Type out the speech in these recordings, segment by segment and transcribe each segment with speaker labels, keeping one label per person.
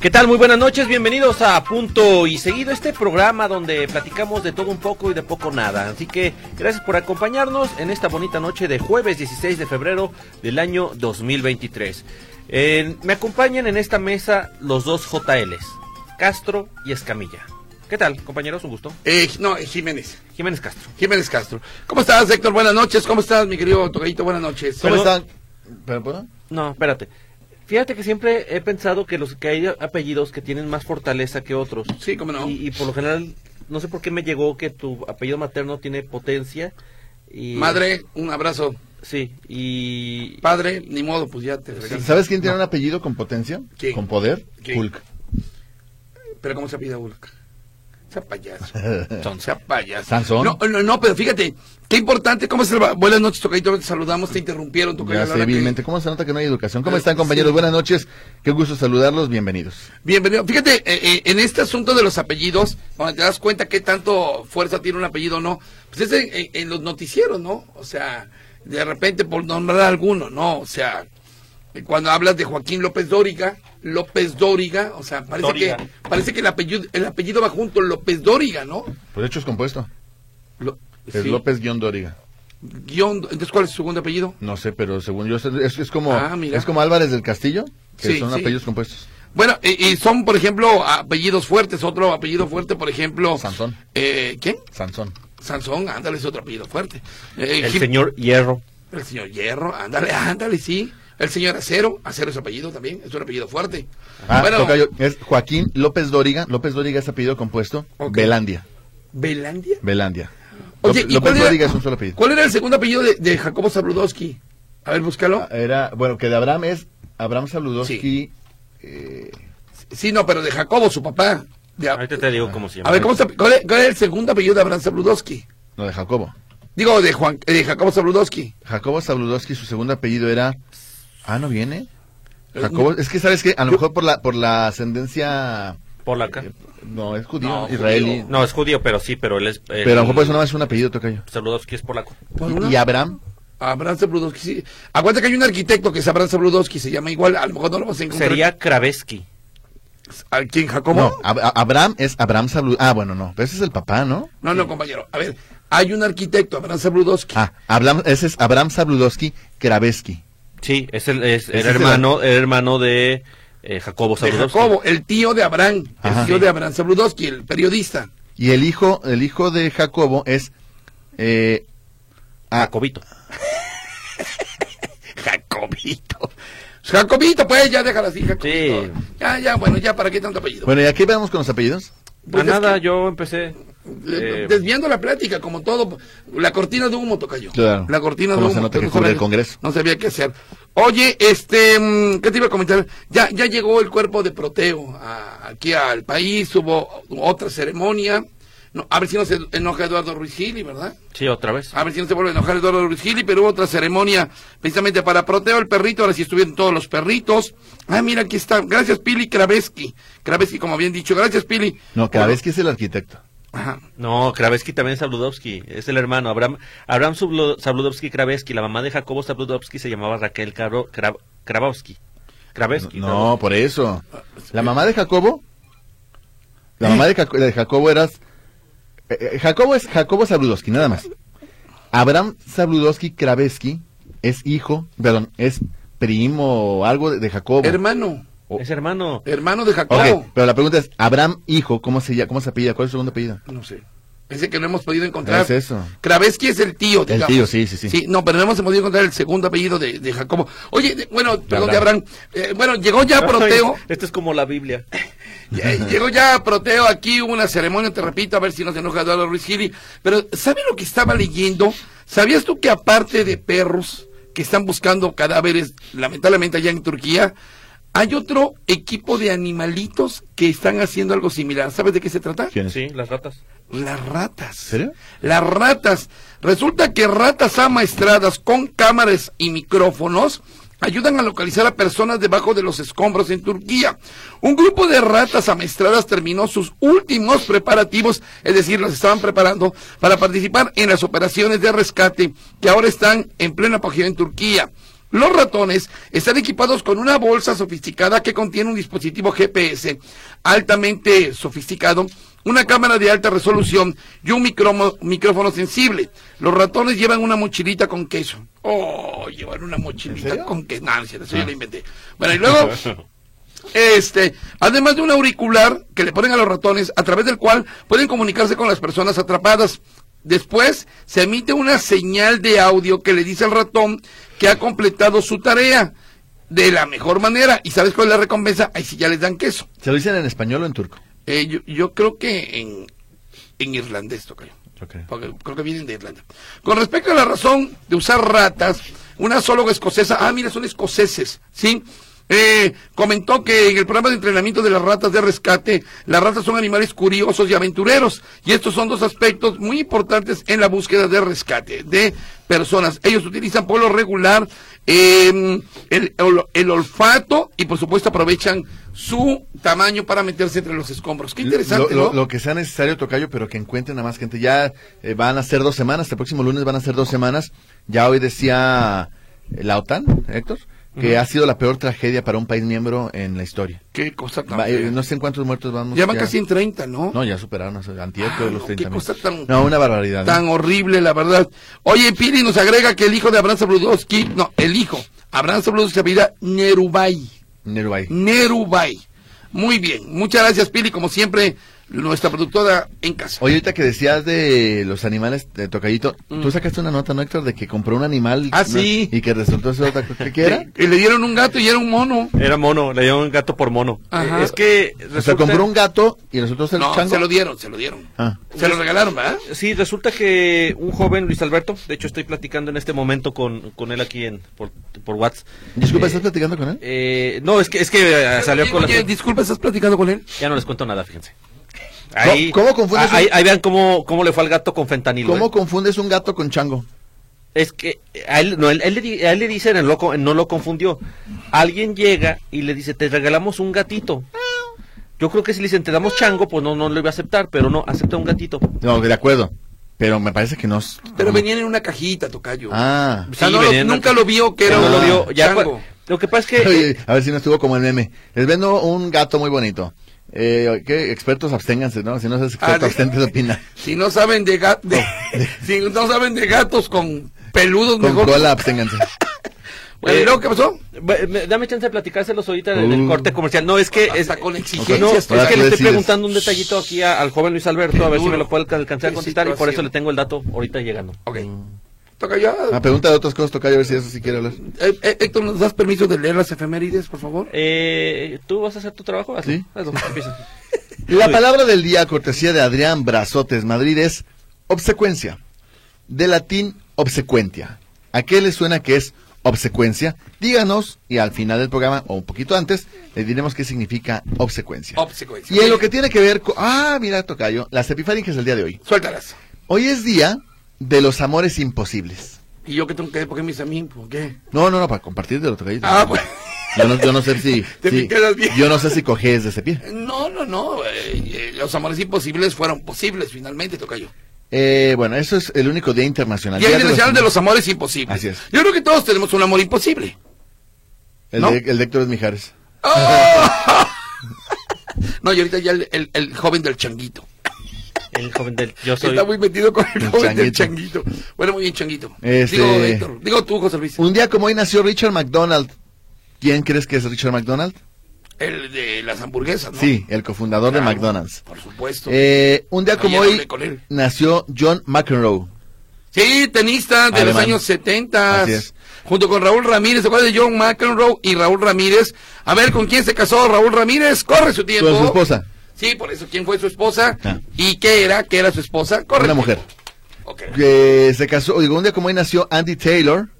Speaker 1: ¿Qué tal? Muy buenas noches, bienvenidos a Punto y Seguido, este programa donde platicamos de todo un poco y de poco nada. Así que gracias por acompañarnos en esta bonita noche de jueves 16 de febrero del año 2023. Eh, me acompañan en esta mesa los dos JLs, Castro y Escamilla. ¿Qué tal, compañeros? Un gusto.
Speaker 2: Eh, no, eh, Jiménez.
Speaker 1: Jiménez Castro.
Speaker 2: Jiménez Castro. ¿Cómo estás, Héctor? Buenas noches. ¿Cómo estás, mi querido Togadito? Buenas noches.
Speaker 1: Pero-
Speaker 3: ¿Cómo están? ¿Pero, perdón?
Speaker 1: No, espérate. Fíjate que siempre he pensado que los que hay apellidos que tienen más fortaleza que otros.
Speaker 2: Sí, cómo no.
Speaker 1: Y, y por lo general, no sé por qué me llegó que tu apellido materno tiene potencia. Y,
Speaker 2: Madre, un abrazo.
Speaker 1: Sí, y.
Speaker 2: Padre, ni modo, pues ya te regalas.
Speaker 3: ¿Sabes quién tiene un apellido con potencia?
Speaker 2: ¿Quién?
Speaker 3: Con poder.
Speaker 2: ¿Quién?
Speaker 3: Hulk.
Speaker 2: Pero ¿cómo se pide Hulk? Sea payaso.
Speaker 1: Entonces,
Speaker 2: Sea payaso.
Speaker 3: Sansón.
Speaker 2: No, no, no, pero fíjate, qué importante. ¿Cómo se va? Buenas noches, Tocadito. Te saludamos, te interrumpieron, Tocayo.
Speaker 3: Ya
Speaker 2: la verdad
Speaker 3: sé,
Speaker 2: que-
Speaker 3: vilmente. ¿Cómo se nota que no hay educación? ¿Cómo
Speaker 2: Eh,
Speaker 3: están, compañeros?
Speaker 2: sí.
Speaker 3: Buenas noches. Qué gusto saludarlos. Bienvenidos.
Speaker 2: Bienvenido. Fíjate, eh, eh, en este asunto de los apellidos, cuando te das cuenta qué tanto fuerza tiene un apellido o no, pues es en, en- en los noticieros, ¿no? O sea, de repente por nombrar alguno, ¿no? O sea, eh, cuando hablas de Joaquín López Dóriga, López Dóriga, o sea, parece
Speaker 1: Dóriga.
Speaker 2: que parece que el apellido, el apellido va junto, López Dóriga, ¿no?
Speaker 3: Pues hecho es compuesto.
Speaker 2: Lo-
Speaker 3: Es
Speaker 2: sí.
Speaker 3: López-Dóriga.
Speaker 2: Guión, entonces, ¿cuál es su segundo apellido?
Speaker 3: No sé, pero según yo, es, es- es como,
Speaker 2: Ah, mira.
Speaker 3: es como Álvarez del Castillo, que
Speaker 2: Sí,
Speaker 3: son
Speaker 2: sí.
Speaker 3: apellidos compuestos.
Speaker 2: Bueno, eh, y, y son, por ejemplo, apellidos fuertes. Otro apellido fuerte, por ejemplo.
Speaker 3: Sansón.
Speaker 2: Eh, ¿Quién?
Speaker 3: Sansón.
Speaker 2: Sansón, ándale, es otro apellido fuerte. Eh,
Speaker 1: el
Speaker 2: Jim-
Speaker 1: señor Hierro.
Speaker 2: El señor Hierro, ándale, ándale, sí. El señor Acero, Acero es apellido también, es un apellido fuerte.
Speaker 3: Ah,
Speaker 2: bueno,
Speaker 3: tocayo, es Joaquín López Dóriga. López Dóriga es apellido compuesto.
Speaker 2: Ok.
Speaker 3: Belandia.
Speaker 2: ¿Belandia?
Speaker 3: Belandia.
Speaker 2: Oye,
Speaker 3: López-
Speaker 2: ¿y
Speaker 3: López
Speaker 2: cuál
Speaker 3: Dóriga
Speaker 2: era,
Speaker 3: es un solo apellido.
Speaker 2: cuál era el segundo apellido de, de Jacobo Zabludowski? A ver, búscalo.
Speaker 3: Ah, Era, bueno, que de Abraham es Abraham Saludowski. eh,
Speaker 2: Sí, no, pero de Jacobo, su papá. De- a,
Speaker 1: Ahorita te digo cómo se llama.
Speaker 2: ver, ¿cómo se, cuál, era, cuál era el segundo apellido de Abraham Zabludowski?
Speaker 3: no, de Jacobo.
Speaker 2: Digo, de, Juan, eh, de Jacobo Zabludowski.
Speaker 3: Jacobo Zabludowski, su segundo apellido era. Ah, no viene.
Speaker 2: Eh,
Speaker 3: Jacobo, es que sabes que a lo mejor por la por la ascendencia
Speaker 1: Polaca.
Speaker 3: eh, no es judío,
Speaker 2: No,
Speaker 3: israelí.
Speaker 2: judío.
Speaker 1: No, es judío, pero sí, pero él es.
Speaker 3: Pero a lo mejor por eso nada más es un apellido tocayo.
Speaker 1: Saludowski es polaco.
Speaker 2: ¿Por
Speaker 3: Y-
Speaker 2: una?
Speaker 3: Y Abraham,
Speaker 2: Abraham Zabludowski, sí. Acuérdate que hay un arquitecto que es Abraham Zabludowski, se llama igual, a lo mejor no lo vas a encontrar.
Speaker 1: Sería Kraveski.
Speaker 2: ¿A quién, Jacobo?
Speaker 3: no, Ab- a- Abraham es Abraham Zabludowski. Ah, bueno, no, pero ese es el papá, ¿no?
Speaker 2: No, no, compañero. A ver, hay un arquitecto, Abraham Zabludowski.
Speaker 3: Ah, Abraham, ese es Abraham Zabludowski Kraveski.
Speaker 1: Sí, es el, es el
Speaker 3: Ese es este el-
Speaker 1: hermano, el hermano de eh, Jacobo
Speaker 2: de
Speaker 1: Saludowski.
Speaker 2: Jacobo, el tío de Abraham, el
Speaker 3: Ajá.
Speaker 2: tío de Abraham Zabludowski, el periodista.
Speaker 3: Y el hijo, el hijo de Jacobo es eh, a-
Speaker 1: Jacobito.
Speaker 2: Jacobito. Jacobito, pues ya déjala así, Jacobito.
Speaker 1: Sí.
Speaker 2: Ya, ya, bueno, ya, ¿para qué tanto apellido?
Speaker 3: Bueno, ¿y aquí vamos con los apellidos?
Speaker 2: Pues
Speaker 1: a
Speaker 2: es
Speaker 1: nada,
Speaker 2: que,
Speaker 1: yo empecé.
Speaker 2: eh,
Speaker 1: eh,
Speaker 2: Desviando la plática, como todo, la cortina de humo toca yo.
Speaker 3: Claro.
Speaker 2: La cortina
Speaker 3: Cómo
Speaker 2: de
Speaker 3: se
Speaker 2: humo.
Speaker 3: nota que
Speaker 2: no
Speaker 3: fue del
Speaker 2: sabía-
Speaker 3: Congreso.
Speaker 2: No sabía qué hacer. Oye, este, mm, ¿qué te iba a comentar? Ya, ya llegó el cuerpo de Proteo a- aquí al país, hubo otra ceremonia. No, a ver si no se enoja Eduardo Ruiz Gili, ¿verdad?
Speaker 1: sí, otra vez.
Speaker 2: A ver si no se vuelve a enojar Eduardo Luis Gili, pero hubo otra ceremonia precisamente para Proteo el perrito, ahora sí estuvieron todos los perritos. Ah, mira, aquí está. Gracias, Pili Kraveski. Kraveski, como bien dicho. Gracias, Pili.
Speaker 3: No, Kraveski es el arquitecto.
Speaker 2: Ajá.
Speaker 1: No, Kraveski también es Sabludowski, es el hermano. Abraham, Abraham Sublo- Sabludowski Kraveski, la mamá de Jacobo Sabludowski se llamaba Raquel Karo- Kra- Kravowski. Kraveski.
Speaker 3: No,
Speaker 1: perdón.
Speaker 3: por eso. La mamá de Jacobo. La mamá de, Jaco- de Jacobo era. eh, eh, Jacobo es Jacobo Zabludowski, nada más. Abraham Zabludowski Kraveski es hijo, perdón, es primo o algo de, de Jacobo.
Speaker 2: Hermano.
Speaker 1: Es hermano.
Speaker 2: Hermano de
Speaker 3: Ok,
Speaker 2: Jacobo.
Speaker 3: pero la pregunta es: Abraham, hijo, ¿cómo se, lla- cómo se apellida? ¿Cuál es su segundo apellido?
Speaker 2: No sé. Ese que no hemos podido encontrar.
Speaker 3: Es eso.
Speaker 2: Kraveski es el tío, digamos.
Speaker 3: tío, sí, sí, sí.
Speaker 2: no, pero no hemos podido encontrar el segundo apellido de, de Jacobo. Oye, de- bueno, perdón, de
Speaker 1: Abraham.
Speaker 2: Abraham. Eh, bueno, llegó ya Proteo.
Speaker 1: Esto es como la Biblia.
Speaker 2: Eh, Llegó ya Proteo aquí, hubo una ceremonia, te repito, a ver si no se enoja Eduardo Ruiz Gili. Pero, ¿sabes lo que estaba leyendo? ¿Sabías tú que aparte de perros que están buscando cadáveres, lamentablemente allá en Turquía, Hay otro equipo de animalitos que están haciendo algo similar. ¿Sabes de qué se trata?
Speaker 3: ¿Quién es?
Speaker 1: Sí, las ratas.
Speaker 2: Las ratas.
Speaker 3: serio?
Speaker 2: Las ratas. Resulta que ratas amaestradas con cámaras y micrófonos ayudan a localizar a personas debajo de los escombros en Turquía. Un grupo de ratas amaestradas terminó sus últimos preparativos, es decir, los estaban preparando para participar en las operaciones de rescate que ahora están en plena apogeo en Turquía. Los ratones están equipados con una bolsa sofisticada que contiene un dispositivo GPS altamente sofisticado, una cámara de alta resolución y un micromo- micrófono sensible. Los ratones llevan una mochilita con queso. Oh, llevan una mochilita
Speaker 3: serio?
Speaker 2: con queso. No, no es cierto, eso yo lo inventé. Bueno, y luego este, además de un auricular que le ponen a los ratones, a través del cual pueden comunicarse con las personas atrapadas. Después se emite una señal de audio que le dice al ratón que ha completado su tarea de la mejor manera. ¿Y sabes cuál es la recompensa? Ahí sí ya les dan queso.
Speaker 3: ¿Se lo dicen en español o en turco?
Speaker 2: Eh, yo, yo creo que en, en irlandés, tocayo.
Speaker 3: Yo creo.
Speaker 2: Porque creo que vienen de Irlanda. Con respecto a la razón de usar ratas, una zoóloga escocesa, ah, mira, son escoceses, ¿sí? Eh, comentó que en el programa de entrenamiento de las ratas de rescate, las ratas son animales curiosos y aventureros, y estos son dos aspectos muy importantes en la búsqueda de rescate de personas. Ellos utilizan por lo regular eh, el, el- el olfato y por supuesto aprovechan su tamaño para meterse entre los escombros. Qué interesante,
Speaker 3: lo, lo-
Speaker 2: ¿no?
Speaker 3: lo que sea necesario, Tocayo, pero que encuentren a más gente. Ya eh, van a ser dos semanas, el próximo lunes van a ser dos semanas. Ya hoy decía eh, la OTAN, Héctor, que ha sido la peor tragedia para un país miembro en la historia.
Speaker 2: Qué cosa tan...
Speaker 3: Va- eh,
Speaker 2: fea.
Speaker 3: no sé en cuántos muertos vamos.
Speaker 2: ya van casi en 30, ¿no?
Speaker 3: No, ya superaron a Antier,
Speaker 2: Ah,
Speaker 3: creo, los
Speaker 2: no,
Speaker 3: 30
Speaker 2: qué cosa tan-
Speaker 3: No, una barbaridad. ¿eh? ¿no?
Speaker 2: tan horrible, la verdad. Oye, Piri nos agrega que el hijo de Abraham Sabludowski, no, el hijo, Abraham Sabludowski se apellida Nerubay.
Speaker 3: Nerubay.
Speaker 2: Nerubay. Muy bien, muchas gracias, Piri, como siempre, nuestra productora en casa.
Speaker 3: Oye, ahorita que decías de los animales de Tocayito, tú sacaste una nota, ¿no, Héctor? De que compró un animal.
Speaker 2: Mm. Ah,
Speaker 3: ¿no?
Speaker 2: sí.
Speaker 3: Y que resultó ser otra cosa. ¿Qué era?
Speaker 2: Y le dieron un gato y era un mono.
Speaker 1: Era mono, le llamaban gato por mono.
Speaker 2: Ajá.
Speaker 1: Eh, Es que
Speaker 3: O sea, compró un gato y resultó ser
Speaker 2: No,
Speaker 3: chango.
Speaker 2: se lo dieron, se lo dieron.
Speaker 3: Ah.
Speaker 2: Se lo regalaron, ¿verdad?
Speaker 1: Sí, resulta que un joven Luis Alberto, de hecho estoy platicando en este momento con, con él aquí en por, por WhatsApp.
Speaker 3: Disculpa,
Speaker 1: Eh,
Speaker 3: ¿estás platicando con él?
Speaker 1: eh, no, es que es que eh, salió con la
Speaker 2: Oye, disculpa, ¿estás platicando con él?
Speaker 1: Ya no les cuento nada, fíjense. Ahí,
Speaker 3: ¿Cómo- cómo confundes
Speaker 1: ahí,
Speaker 3: un-
Speaker 1: ahí vean cómo, cómo le fue al gato con fentanilo.
Speaker 3: ¿Cómo
Speaker 1: ¿eh?
Speaker 3: confundes un gato con chango?
Speaker 1: Es que a él, no, él, él le di- a él le dicen, el loco, no lo confundió. Alguien llega y le dice, te regalamos un gatito. Yo creo que si le dicen, te damos chango, pues no, no lo iba a aceptar, pero no, acepta un gatito.
Speaker 3: No, de acuerdo. Pero me parece que no. es-
Speaker 2: Pero venían en una cajita, tocayo.
Speaker 3: Ah.
Speaker 2: O sea,
Speaker 1: Sí,
Speaker 2: no lo-
Speaker 1: venían-
Speaker 2: nunca lo vio que era
Speaker 1: no lo
Speaker 2: un
Speaker 1: vio. ya
Speaker 2: chango.
Speaker 1: cua- lo que pasa es que... eh,
Speaker 3: Oye, a ver si no estuvo como el meme. Les vendo un gato muy bonito. Eh, ¿Qué? Expertos absténganse, ¿no? Si no seas
Speaker 2: Ah,
Speaker 3: experto,
Speaker 2: de-
Speaker 3: abstente de opina.
Speaker 2: Si no saben de gatos, si no saben de gatos con peludos
Speaker 3: Oh, Con
Speaker 2: mejor.
Speaker 3: cola, absténganse.
Speaker 2: Bueno, ¿y luego qué pasó?
Speaker 1: Ve- me- Dame chance de platicárselos ahorita en el
Speaker 3: Uh.
Speaker 1: corte comercial. No, es que.
Speaker 2: Hasta
Speaker 1: Es,
Speaker 2: con
Speaker 1: no,
Speaker 2: exigencias,
Speaker 1: es
Speaker 3: ahora
Speaker 1: que
Speaker 3: tú
Speaker 1: le estoy
Speaker 3: decides.
Speaker 1: preguntando un detallito aquí a- al joven Luis Alberto, a ver si
Speaker 2: duro.
Speaker 1: me lo puede alca- alcanzar a
Speaker 2: Qué
Speaker 1: contestar, y por eso
Speaker 2: situación.
Speaker 1: le tengo el dato ahorita llegando.
Speaker 2: Ok.
Speaker 3: Mm.
Speaker 2: Toca ya.
Speaker 3: La pregunta de otras cosas, toca yo a ver si eso sí quiere hablar.
Speaker 2: Eh, eh, Héctor, ¿nos das permiso de leer las efemérides, por favor?
Speaker 1: Eh, ¿Tú vas a hacer tu trabajo? Hazlo,
Speaker 3: Sí.
Speaker 1: hazlo, empieza.
Speaker 3: La palabra del día, cortesía de Adrián Brazotes Madrid, es obsecuencia. De latín, obsecuentia. ¿A qué le suena que es obsecuencia? Díganos, y al final del programa, o un poquito antes, le diremos qué significa obsecuencia.
Speaker 2: Oh, Obsecuencia.
Speaker 3: Y en lo que tiene que ver con... Ah, mira, Tocayo, las epifaringes del día de hoy.
Speaker 2: Suéltalas.
Speaker 3: Hoy es día de los amores imposibles.
Speaker 2: ¿Y yo qué tengo que ver? ¿Por qué mis amigos? ¿Por qué?
Speaker 3: No, no, no, para compartir de los Tocayo.
Speaker 2: Ah, bueno.
Speaker 3: Yo no, yo no sé si...
Speaker 2: Te
Speaker 3: si-
Speaker 2: me quedas bien.
Speaker 3: Yo no sé si coges de ese pie.
Speaker 2: No, no, no. eh, eh, los amores imposibles fueron posibles, finalmente, toca yo.
Speaker 3: Eh, bueno, eso es el único día internacional.
Speaker 2: Y
Speaker 3: Día
Speaker 2: el
Speaker 3: de los-
Speaker 2: Internacional de los Amores Imposibles.
Speaker 3: Así es.
Speaker 2: Yo creo que todos tenemos un amor imposible.
Speaker 3: El,
Speaker 2: ¿No?
Speaker 3: de, el de Héctor es Mijares.
Speaker 2: ¡Oh! no, y ahorita ya el, el- el joven del changuito.
Speaker 1: El joven del. Yo soy.
Speaker 2: Está muy metido con el,
Speaker 3: El
Speaker 2: joven del changuito. Bueno, muy bien, changuito.
Speaker 3: Este-
Speaker 2: Digo, Héctor. Digo tú, José Luis.
Speaker 3: Un día como hoy nació Richard McDonald. ¿Quién crees que es Richard McDonald?
Speaker 2: El de las hamburguesas, ¿no?
Speaker 3: Sí, el cofundador
Speaker 2: Claro,
Speaker 3: de McDonald's.
Speaker 2: Por supuesto.
Speaker 3: Eh, un día como
Speaker 2: Ayer
Speaker 3: hoy
Speaker 2: hablé con él.
Speaker 3: nació John McEnroe.
Speaker 2: Sí, tenista de los
Speaker 3: Alemán.
Speaker 2: años 70.
Speaker 3: Así es.
Speaker 2: Junto con Raúl Ramírez, ¿se acuerdan de John McEnroe y Raúl Ramírez? A ver, ¿con quién se casó Raúl Ramírez? Corre su tiempo.
Speaker 3: Con su esposa.
Speaker 2: Sí, por eso, ¿quién fue su esposa?
Speaker 3: Ah.
Speaker 2: ¿Y qué era? ¿Qué era su esposa? Corre.
Speaker 3: Una
Speaker 2: el
Speaker 3: mujer.
Speaker 2: tiempo. Ok.
Speaker 3: Que se casó, digo, un día como hoy nació Andy Taylor.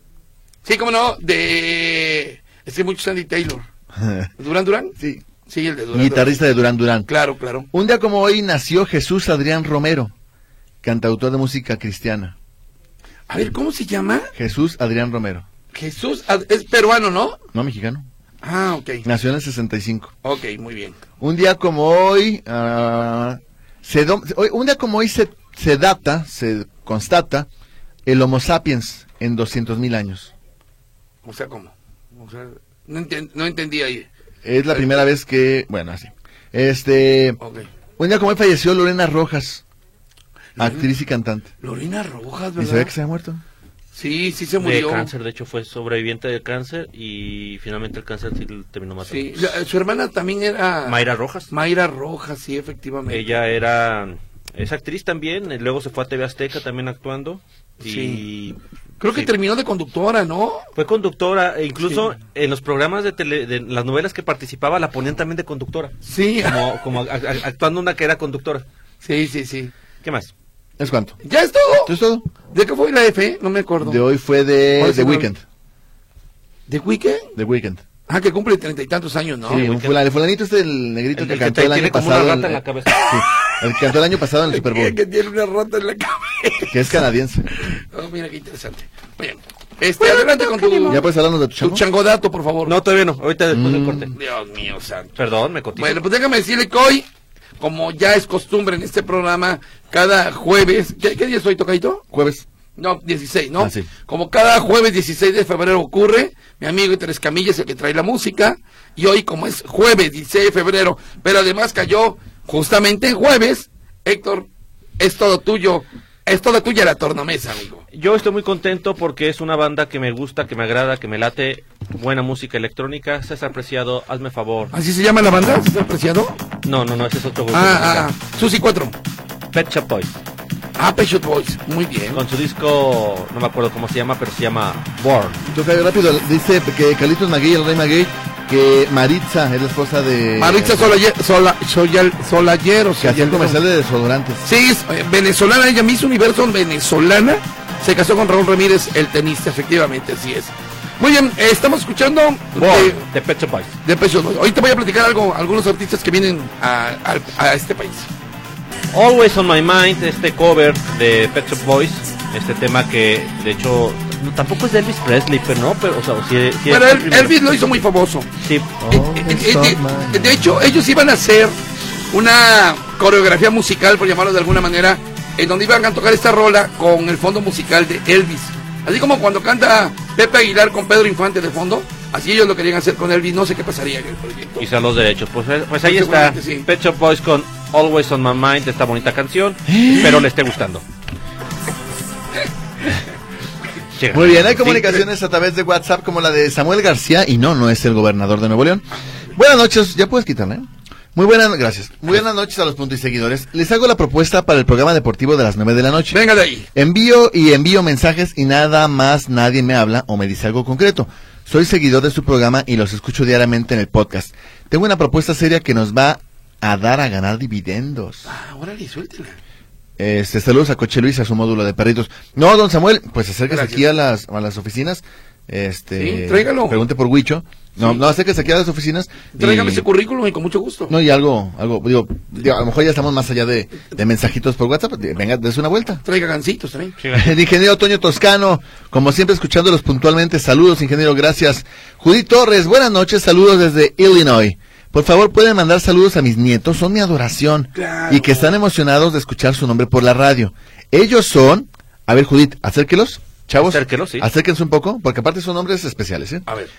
Speaker 2: Sí, cómo no, de... Es que hay muchos Andy Taylor. ¿Durán Durán?
Speaker 3: Sí.
Speaker 2: Sí, el de Durán.
Speaker 3: Guitarrista de Durán
Speaker 2: Durán.
Speaker 3: Durán.
Speaker 2: Claro, claro.
Speaker 3: Un día como hoy nació Jesús Adrián Romero, cantautor de música cristiana.
Speaker 2: A ver, ¿cómo se llama?
Speaker 3: Jesús Adrián Romero,
Speaker 2: Jesús. ah, Es peruano, ¿no?
Speaker 3: no mexicano.
Speaker 2: Ah, ok.
Speaker 3: Nació en el 65.
Speaker 2: Ok, muy bien.
Speaker 3: Un día como hoy, ah, se dom- hoy- un día como hoy se, se data, se constata el Homo sapiens en 200.000 años.
Speaker 2: O sea, ¿cómo? O sea, no, enten- no entendí ahí.
Speaker 3: Es la primera vez que, bueno, así. Este,
Speaker 2: Ok.
Speaker 3: un día como hoy falleció Lorena Rojas, actriz y cantante.
Speaker 2: Lorena Rojas,
Speaker 3: ¿Y sabía
Speaker 2: ¿verdad?
Speaker 3: que se había muerto?
Speaker 2: Sí, sí se
Speaker 1: De
Speaker 2: murió.
Speaker 1: cáncer, de hecho fue sobreviviente de cáncer y finalmente el cáncer sí le terminó matando.
Speaker 2: Sí. La- su hermana también era...
Speaker 1: Mayra Rojas.
Speaker 2: Mayra Rojas, sí, efectivamente.
Speaker 1: Ella era es actriz también, eh, luego se fue a TV Azteca también actuando y
Speaker 2: Sí. Creo que
Speaker 1: sí.
Speaker 2: terminó de conductora, ¿no?
Speaker 1: fue conductora e incluso
Speaker 2: Sí.
Speaker 1: en los programas de, tele, de las novelas que participaba la ponían también de conductora,
Speaker 2: Sí.
Speaker 1: como, como a- a- actuando una que era conductora.
Speaker 2: Sí, sí, sí.
Speaker 1: ¿Qué más?
Speaker 3: ¿Es cuánto?
Speaker 2: ¿Ya es
Speaker 3: ¿Eso
Speaker 2: todo?
Speaker 3: es todo?
Speaker 2: ¿De qué fue la F? No me acuerdo.
Speaker 3: De hoy fue de
Speaker 2: Hoy
Speaker 3: The
Speaker 2: se me-
Speaker 3: Weeknd.
Speaker 2: ¿De Weekend?
Speaker 3: The Weeknd.
Speaker 2: Ah, que cumple treinta y tantos años, ¿no?
Speaker 3: Sí, un
Speaker 1: Weeknd.
Speaker 3: fulan- el fulanito este, el
Speaker 1: Ah,
Speaker 3: negrito
Speaker 1: El-
Speaker 3: que
Speaker 1: el que
Speaker 3: cantó
Speaker 1: te-
Speaker 3: el
Speaker 1: tiene
Speaker 3: año
Speaker 1: como
Speaker 3: pasado.
Speaker 1: una rata en
Speaker 3: el-
Speaker 1: la cabeza.
Speaker 3: sí, el que cantó el año pasado en el Super Bowl,
Speaker 2: Que tiene una rata en la cabeza.
Speaker 3: que es canadiense.
Speaker 2: Oh, mira qué interesante. Bien. Este, adelante con tu,
Speaker 3: ¿Ya puedes hablarnos de tu
Speaker 2: tu
Speaker 3: chamo?
Speaker 2: changodato, por favor.
Speaker 1: No, todavía no, ahorita después del
Speaker 3: Mm.
Speaker 1: corte.
Speaker 2: Dios mío, santo.
Speaker 1: Perdón, me cotizo.
Speaker 2: Bueno, pues déjame decirle que hoy, como ya es costumbre en este programa, cada jueves. ¿Qué, qué día es hoy, Tocaito?
Speaker 3: Jueves.
Speaker 2: No, 16, ¿no?
Speaker 3: Ah, sí.
Speaker 2: Como cada jueves 16 de febrero ocurre, mi amigo Tres Camillas es el que trae la música, y hoy como es jueves 16 de febrero, pero además cayó justamente en jueves, Héctor, es todo tuyo, es toda tuya la tornamesa, amigo.
Speaker 1: Yo estoy muy contento porque es una banda que me gusta, que me agrada, que me late. Buena música electrónica. César Preciado, hazme favor.
Speaker 2: ¿Así se llama la banda? ¿Se apreciado?
Speaker 1: No, no, no, ese es otro grupo.
Speaker 2: Ah, ah, Susi 4.
Speaker 1: Pet Shop Boys.
Speaker 2: Ah, Pet Shop Boys, muy bien.
Speaker 1: Con su disco, no me acuerdo cómo se llama, pero se llama Born.
Speaker 3: Toca rápido, dice que Carlitos Maguey, el rey Maguey, que Maritza es la esposa de...
Speaker 2: Eh, Maritza Solaye- Sola- Soyal- Solayero,
Speaker 3: Que hacía
Speaker 2: Soyalero.
Speaker 3: un comercial de desodorantes.
Speaker 2: Sí, es eh, venezolana, ella Miss Universo venezolana. Se casó con Raúl Ramírez, el tenista, efectivamente, así es. Muy bien, eh, estamos escuchando
Speaker 1: Born,
Speaker 2: de,
Speaker 1: de Pet Shop Boys.
Speaker 2: de Pet Shop Boys. Hoy te voy a platicar algo, algunos artistas que vienen a, al- a este país.
Speaker 1: Always on My Mind, este cover de Pet Shop Boys. Este tema que, de hecho, no, tampoco es de Elvis Presley, pero no, pero, o sea, sí, sí
Speaker 2: Pero
Speaker 1: es
Speaker 2: el-
Speaker 1: primero.
Speaker 2: Elvis lo hizo muy famoso.
Speaker 1: Sí.
Speaker 2: Eh,
Speaker 3: Oh,
Speaker 2: eh, eh, de, de hecho, ellos iban a hacer una coreografía musical, por llamarlo de alguna manera, en donde iban a tocar esta rola con el fondo musical de Elvis. Así como cuando canta Pepe Aguilar con Pedro Infante de fondo, así ellos lo querían hacer con Elvis. No sé qué pasaría en el proyecto.
Speaker 1: Y son los derechos. Pues, eh, pues ahí
Speaker 2: Pues
Speaker 1: está
Speaker 2: seguramente sí.
Speaker 1: Pet Shop Boys con Always on My Mind, esta bonita canción. Espero le esté gustando. Llega.
Speaker 3: Muy bien, hay comunicaciones a través de WhatsApp como la de Samuel García y no, no es el gobernador de Nuevo León. Buenas noches, ya puedes quitarla, ¿eh? Muy buenas, gracias. Muy buenas noches a los puntos y seguidores. Les hago la propuesta para el programa deportivo de las 9 de la noche.
Speaker 2: Venga de ahí.
Speaker 3: Envío y envío mensajes y nada más nadie me habla o me dice algo concreto. Soy seguidor de su programa y los escucho diariamente en el podcast. Tengo una propuesta seria que nos va a dar a ganar dividendos.
Speaker 2: Ah, órale, suéltela.
Speaker 3: Este, saludos a Coche Luis, a su módulo de perritos. No, don Samuel, pues acérquese
Speaker 2: Gracias.
Speaker 3: aquí a las, a las oficinas. Este,
Speaker 2: Sí, tráigalo.
Speaker 3: Pregunte por Huicho. No,
Speaker 2: Sí.
Speaker 3: no, acérquese aquí a las oficinas. y-
Speaker 2: Tráigame ese currículum y con mucho gusto.
Speaker 3: No, y algo, algo, digo, digo, a lo mejor ya estamos más allá de, de mensajitos por WhatsApp. Venga, des una vuelta.
Speaker 2: Traiga gancitos también.
Speaker 3: El ingeniero Toño Toscano, como siempre escuchándolos puntualmente, saludos ingeniero, gracias. Judy Torres, buenas noches, saludos desde Illinois. Por favor, pueden mandar saludos a mis nietos, son mi adoración
Speaker 2: Claro.
Speaker 3: y que están emocionados de escuchar su nombre por la radio. Ellos son, a ver Judith, acérquelos, chavos,
Speaker 1: Acérquelos, sí.
Speaker 3: acérquense un poco, porque aparte son nombres especiales. ¿eh?
Speaker 2: A ver,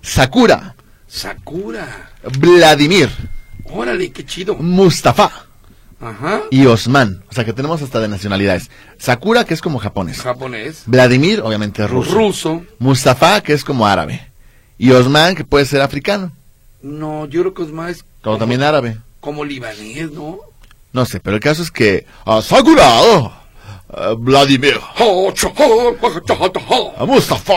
Speaker 3: Sakura,
Speaker 2: Sakura.
Speaker 3: Vladimir,
Speaker 2: Órale, qué chido.
Speaker 3: Mustafa
Speaker 2: Ajá.
Speaker 3: y Osman, o sea que tenemos hasta de nacionalidades. Sakura, que es como japonés.
Speaker 2: Japonés.
Speaker 3: Vladimir, obviamente ruso.
Speaker 2: Ruso.
Speaker 3: Mustafa, que es como árabe. Y Osman, que puede ser africano.
Speaker 2: No, yo creo que es más.
Speaker 3: O también árabe.
Speaker 2: Como libanés, ¿no?
Speaker 3: No sé, pero el caso es que. ah, Sakura, oh, ah, Vladimir, ah, Mustafa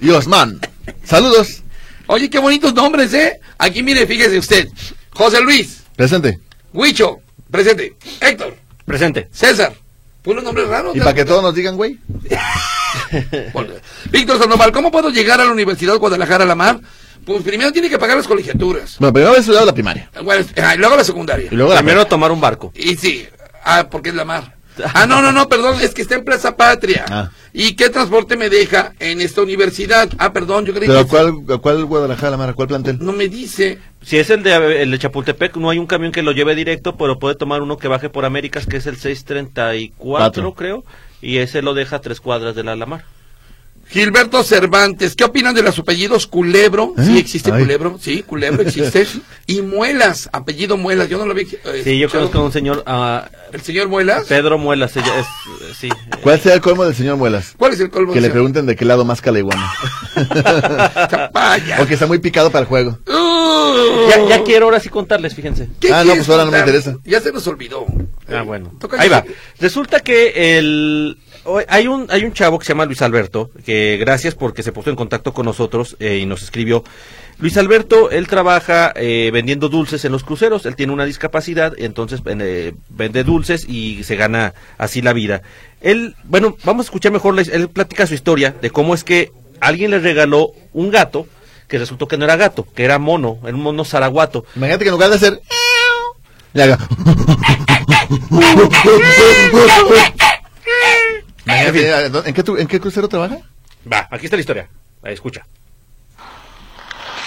Speaker 3: y Osman. Saludos.
Speaker 2: Oye, qué bonitos nombres, ¿eh? Aquí mire, fíjese usted. José Luis,
Speaker 3: Presente.
Speaker 2: Huicho, presente. Héctor,
Speaker 1: Presente.
Speaker 2: César. Puros nombres raros.
Speaker 3: Y
Speaker 2: ¿no?
Speaker 3: para que todos nos digan, güey.
Speaker 2: Por- Víctor Sandoval, ¿cómo puedo llegar a la Universidad Guadalajara a la Mar? Pues primero tiene que pagar las colegiaturas.
Speaker 3: Bueno, primero había estudiado la primaria.
Speaker 2: Bueno, ah, y luego la secundaria.
Speaker 3: Y luego la
Speaker 1: Primero tomar un barco.
Speaker 2: Y sí. Ah, porque es la mar. Ah, no, no, no, perdón, es que está en Plaza Patria.
Speaker 3: Ah.
Speaker 2: ¿Y qué transporte me deja en esta universidad? Ah, perdón, yo creí
Speaker 3: ¿Pero a
Speaker 2: que...
Speaker 3: cuál, a cuál Guadalajara, Mara? ¿Cuál plantel?
Speaker 2: No me dice.
Speaker 1: Si es el de, el de Chapultepec, no hay un camión que lo lleve directo, pero puede tomar uno que baje por Américas, que es el 634,
Speaker 3: Cuatro.
Speaker 1: creo, y ese lo deja a tres cuadras de la Alamar.
Speaker 2: Gilberto Cervantes, ¿qué opinan de los apellidos Culebro?
Speaker 3: ¿Eh?
Speaker 2: Sí, existe
Speaker 3: Ay.
Speaker 2: Culebro, sí, Culebro existe. y Muelas, apellido Muelas, yo no lo vi. eh,
Speaker 1: Sí, yo
Speaker 2: escuchado.
Speaker 1: conozco a un señor, a
Speaker 2: ¿El señor Muelas?
Speaker 1: Pedro Muelas, ella es, eh, sí.
Speaker 3: ¿Cuál será el colmo del señor Muelas?
Speaker 2: ¿Cuál es el colmo?
Speaker 3: Que le
Speaker 2: señor?
Speaker 3: pregunten de qué lado más calaiguana.
Speaker 2: Chapaya.
Speaker 3: Porque está muy picado para el juego.
Speaker 2: Uh,
Speaker 1: Ya, ya quiero ahora sí contarles, fíjense.
Speaker 2: ¿qué
Speaker 3: Ah, no,
Speaker 2: quieres
Speaker 3: pues ahora no me
Speaker 2: contar?
Speaker 3: interesa.
Speaker 2: Ya se nos olvidó.
Speaker 1: Ah,
Speaker 2: Eh,
Speaker 1: bueno.
Speaker 2: toca-
Speaker 1: Ahí va. Resulta que el hoy- hay un hay un chavo que se llama Luis Alberto, que gracias porque se puso en contacto con nosotros eh, y nos escribió. Luis Alberto, él trabaja eh, vendiendo dulces en los cruceros, él tiene una discapacidad, entonces en, eh, vende dulces y se gana así la vida. Él, bueno, vamos a escuchar mejor, la his- él platica su historia de cómo es que alguien le regaló un gato que resultó que no era gato, que era mono, era un mono zaraguato.
Speaker 3: Imagínate que en lugar de hacer. Le haga. Imagínate, ¿En qué, tu- en qué crucero trabaja?
Speaker 1: Va, aquí está la historia, Ahí, escucha.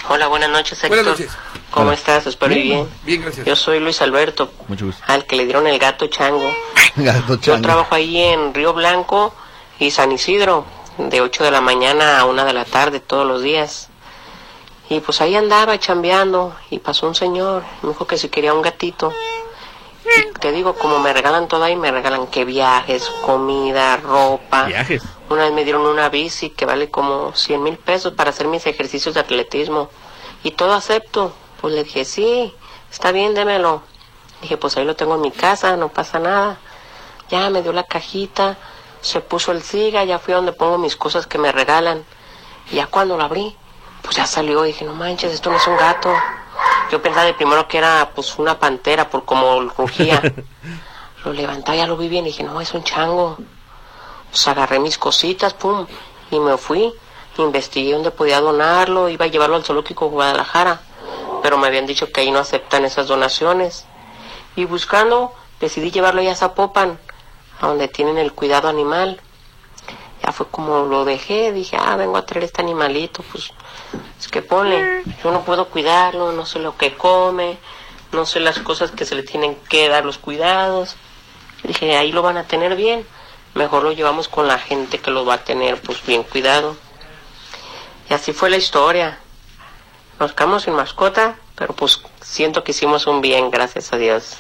Speaker 4: Hola, buenas noches, Héctor.
Speaker 2: Buenas noches.
Speaker 4: ¿Cómo
Speaker 3: Hola.
Speaker 4: estás? Espero y bien.
Speaker 2: Bien, gracias.
Speaker 4: Yo soy Luis Alberto,
Speaker 3: Mucho gusto.
Speaker 4: al que le dieron el gato chango.
Speaker 3: Gato
Speaker 4: Yo
Speaker 3: chango.
Speaker 4: trabajo ahí en Río Blanco y San Isidro, de 8 de la mañana a 1 de la tarde todos los días. Y pues ahí andaba chambeando y pasó un señor, me dijo que si quería un gatito. Y te digo, como me regalan todo ahí, me regalan que viajes, comida, ropa.
Speaker 1: Viajes.
Speaker 4: Una vez me dieron una bici que vale como 100 mil pesos para hacer mis ejercicios de atletismo. Y todo acepto. Pues le dije, sí, está bien, démelo. Dije, pues ahí lo tengo en mi casa, no pasa nada. Ya me dio la cajita, se puso el siga, ya fui a donde pongo mis cosas que me regalan. Y ya cuando lo abrí, pues ya salió. Dije, no manches, esto no es un gato. Yo pensaba de primero que era pues una pantera por como rugía. lo levantaba, ya lo vi bien. y Dije, no, es un chango. Pues agarré mis cositas, pum, y me fui. Investigué dónde podía donarlo, iba a llevarlo al zoológico de Guadalajara, pero me habían dicho que ahí no aceptan esas donaciones. Y buscando, decidí llevarlo ya a Zapopan, a donde tienen el cuidado animal. Ya fue como lo dejé, dije, ah, vengo a traer este animalito, pues es que pone, yo no puedo cuidarlo, no sé lo que come, no sé las cosas que se le tienen que dar los cuidados. Dije, ahí lo van a tener bien. Mejor lo llevamos con la gente que lo va a tener pues bien cuidado. Y así fue la historia. Nos quedamos sin mascota, pero pues siento que hicimos un bien, gracias a Dios.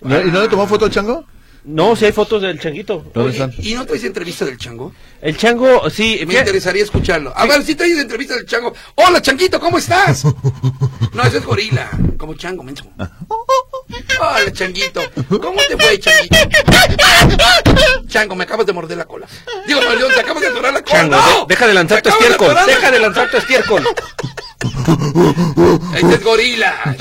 Speaker 3: ¿No- ¿Y no le tomó foto al chango?
Speaker 1: No, si hay fotos del changuito.
Speaker 3: ¿Dónde
Speaker 2: Oye,
Speaker 3: están?
Speaker 2: ¿Y no traes entrevista del chango?
Speaker 1: El chango, sí,
Speaker 2: Me
Speaker 1: fíjate,
Speaker 2: interesaría escucharlo. A ver, si traes entrevista del chango. Hola, changuito, ¿cómo estás? No, eso es gorila. Como chango, menso. Hola, changuito. ¿Cómo te fue, changuito? Chango, me acabas de morder la cola. Digo, no, León, te acabas de atorar la cola.
Speaker 1: chango,
Speaker 2: ¡No!
Speaker 1: de- deja de lanzar
Speaker 2: Te
Speaker 1: tu
Speaker 2: acabas
Speaker 1: estiércol,
Speaker 2: atorar la-
Speaker 1: deja de lanzar tu estiércol.
Speaker 2: Ese es gorila.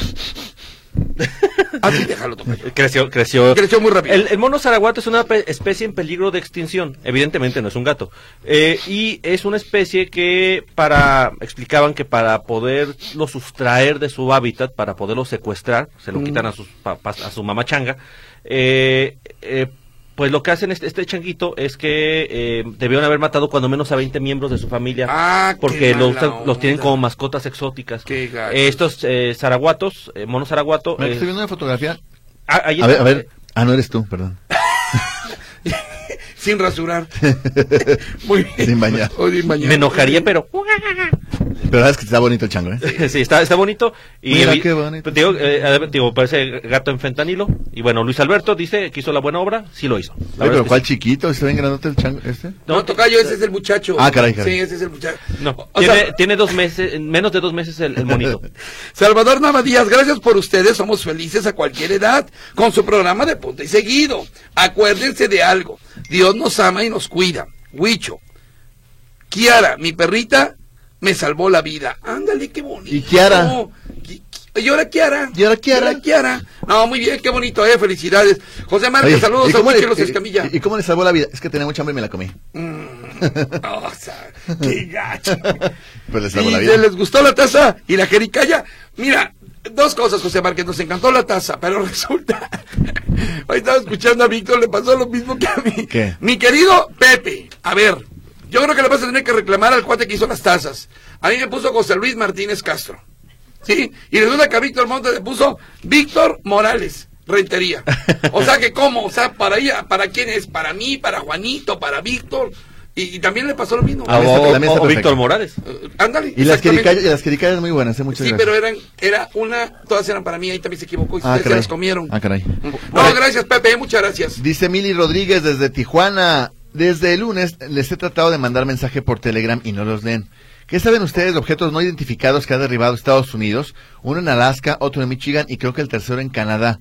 Speaker 2: Así déjalo tocar.
Speaker 1: Creció, creció.
Speaker 2: Creció muy rápido.
Speaker 1: El, el mono zaraguato es una pe- especie en peligro de extinción. Evidentemente no es un gato. Eh, y es una especie que para, explicaban que para poderlo sustraer de su hábitat, para poderlo secuestrar, se
Speaker 2: Mm.
Speaker 1: lo quitan a, sus papás, a su mamá changa, eh, eh, pues lo que hacen este, este changuito es que eh, debieron haber matado cuando menos a 20 miembros de su familia
Speaker 2: Ah, qué
Speaker 1: porque los,
Speaker 2: mala
Speaker 1: usan- los tienen
Speaker 2: onda.
Speaker 1: como mascotas exóticas.
Speaker 2: Qué gacho.
Speaker 1: Eh, estos eh, zaraguatos, eh, mono zaraguato,
Speaker 3: Mira, que
Speaker 1: eh,
Speaker 3: Estoy viendo una fotografía.
Speaker 1: ah, ahí
Speaker 3: A ver,
Speaker 1: está,
Speaker 3: a ver.
Speaker 1: eh,
Speaker 3: Ah, no eres tú, perdón.
Speaker 2: Sin rasurar. Muy bien.
Speaker 3: Sin bañar.
Speaker 2: O sin bañar.
Speaker 1: me enojaría, pero
Speaker 3: Pero sabes que está bonito el chango, ¿eh?
Speaker 1: sí, está, está bonito. Y
Speaker 3: Mira,
Speaker 1: eh,
Speaker 3: qué bonito.
Speaker 1: Digo, eh, a ver, digo, parece gato en fentanilo. Y bueno, Luis Alberto dice que hizo la buena obra, sí lo hizo. La
Speaker 3: Oye,
Speaker 1: verdad es
Speaker 3: pero
Speaker 1: que
Speaker 3: ¿cuál
Speaker 1: sí.
Speaker 3: chiquito? ¿Está bien grandote el chango este?
Speaker 2: No, tocayo, ese es el muchacho.
Speaker 3: Ah, caray, caray.
Speaker 2: Sí, ese es el muchacho.
Speaker 1: No,
Speaker 2: O
Speaker 1: tiene,
Speaker 2: sea-
Speaker 1: tiene dos meses, menos de dos meses el, el monito.
Speaker 2: Salvador Nava Díaz, gracias por ustedes, somos felices a cualquier edad, con su programa de punto y seguido. Acuérdense de algo, Dios nos ama y nos cuida. Huicho, Kiara, mi perrita, me salvó la vida. Ándale, qué bonito.
Speaker 3: ¿Y Kiara?
Speaker 2: Qui- qui- ¿Y ahora Kiara?
Speaker 3: ¿Y ahora Kiara?
Speaker 2: Kiara? No, muy bien, qué bonito, eh, felicidades. José Márquez,
Speaker 3: Oye,
Speaker 2: saludos
Speaker 3: ¿y
Speaker 2: a
Speaker 3: cómo
Speaker 2: Huicho
Speaker 3: le-
Speaker 2: Los Escamilla.
Speaker 3: ¿Y y cómo le salvó la vida? Es que tenía mucha hambre y me la comí.
Speaker 2: Mm, o sea, qué gacho.
Speaker 3: Pues les
Speaker 2: Sí,
Speaker 3: hago la vida.
Speaker 2: de- les gustó la taza y la jericaya. Mira, dos cosas, José Márquez, nos encantó la taza, pero resulta. Hoy estaba escuchando a Víctor, le pasó lo mismo que a mí.
Speaker 3: ¿Qué?
Speaker 2: Mi querido Pepe, a ver, yo creo que le vas a tener que reclamar al cuate que hizo las tazas. A mí me puso José Luis Martínez Castro. ¿Sí? Y resulta que a Víctor Montes le puso Víctor Morales. Rentería. O sea que cómo, o sea, para ella, para quién es, para mí, para Juanito, para Víctor, y, y también le pasó lo mismo.
Speaker 1: Ah,
Speaker 3: mesa-
Speaker 1: o-
Speaker 3: la mesa
Speaker 1: o- o
Speaker 3: perfecta.
Speaker 1: Víctor Morales.
Speaker 2: Eh, Ándale.
Speaker 3: Y las
Speaker 2: exactamente.
Speaker 3: quericayas, y las quericayas muy buenas, ¿eh? muchas
Speaker 2: Sí,
Speaker 3: gracias.
Speaker 2: pero eran, era una, todas eran para mí, ahí también se equivocó y
Speaker 3: Ah,
Speaker 2: ustedes se
Speaker 3: caray.
Speaker 2: las comieron.
Speaker 3: Ah, caray.
Speaker 2: No, gracias Pepe, eh, muchas gracias.
Speaker 3: Dice Mili Rodríguez desde Tijuana. Desde el lunes les he tratado de mandar mensaje por Telegram y no los leen. ¿Qué saben ustedes de objetos no identificados que ha derribado Estados Unidos? Uno en Alaska, otro en Michigan y creo que el tercero en Canadá.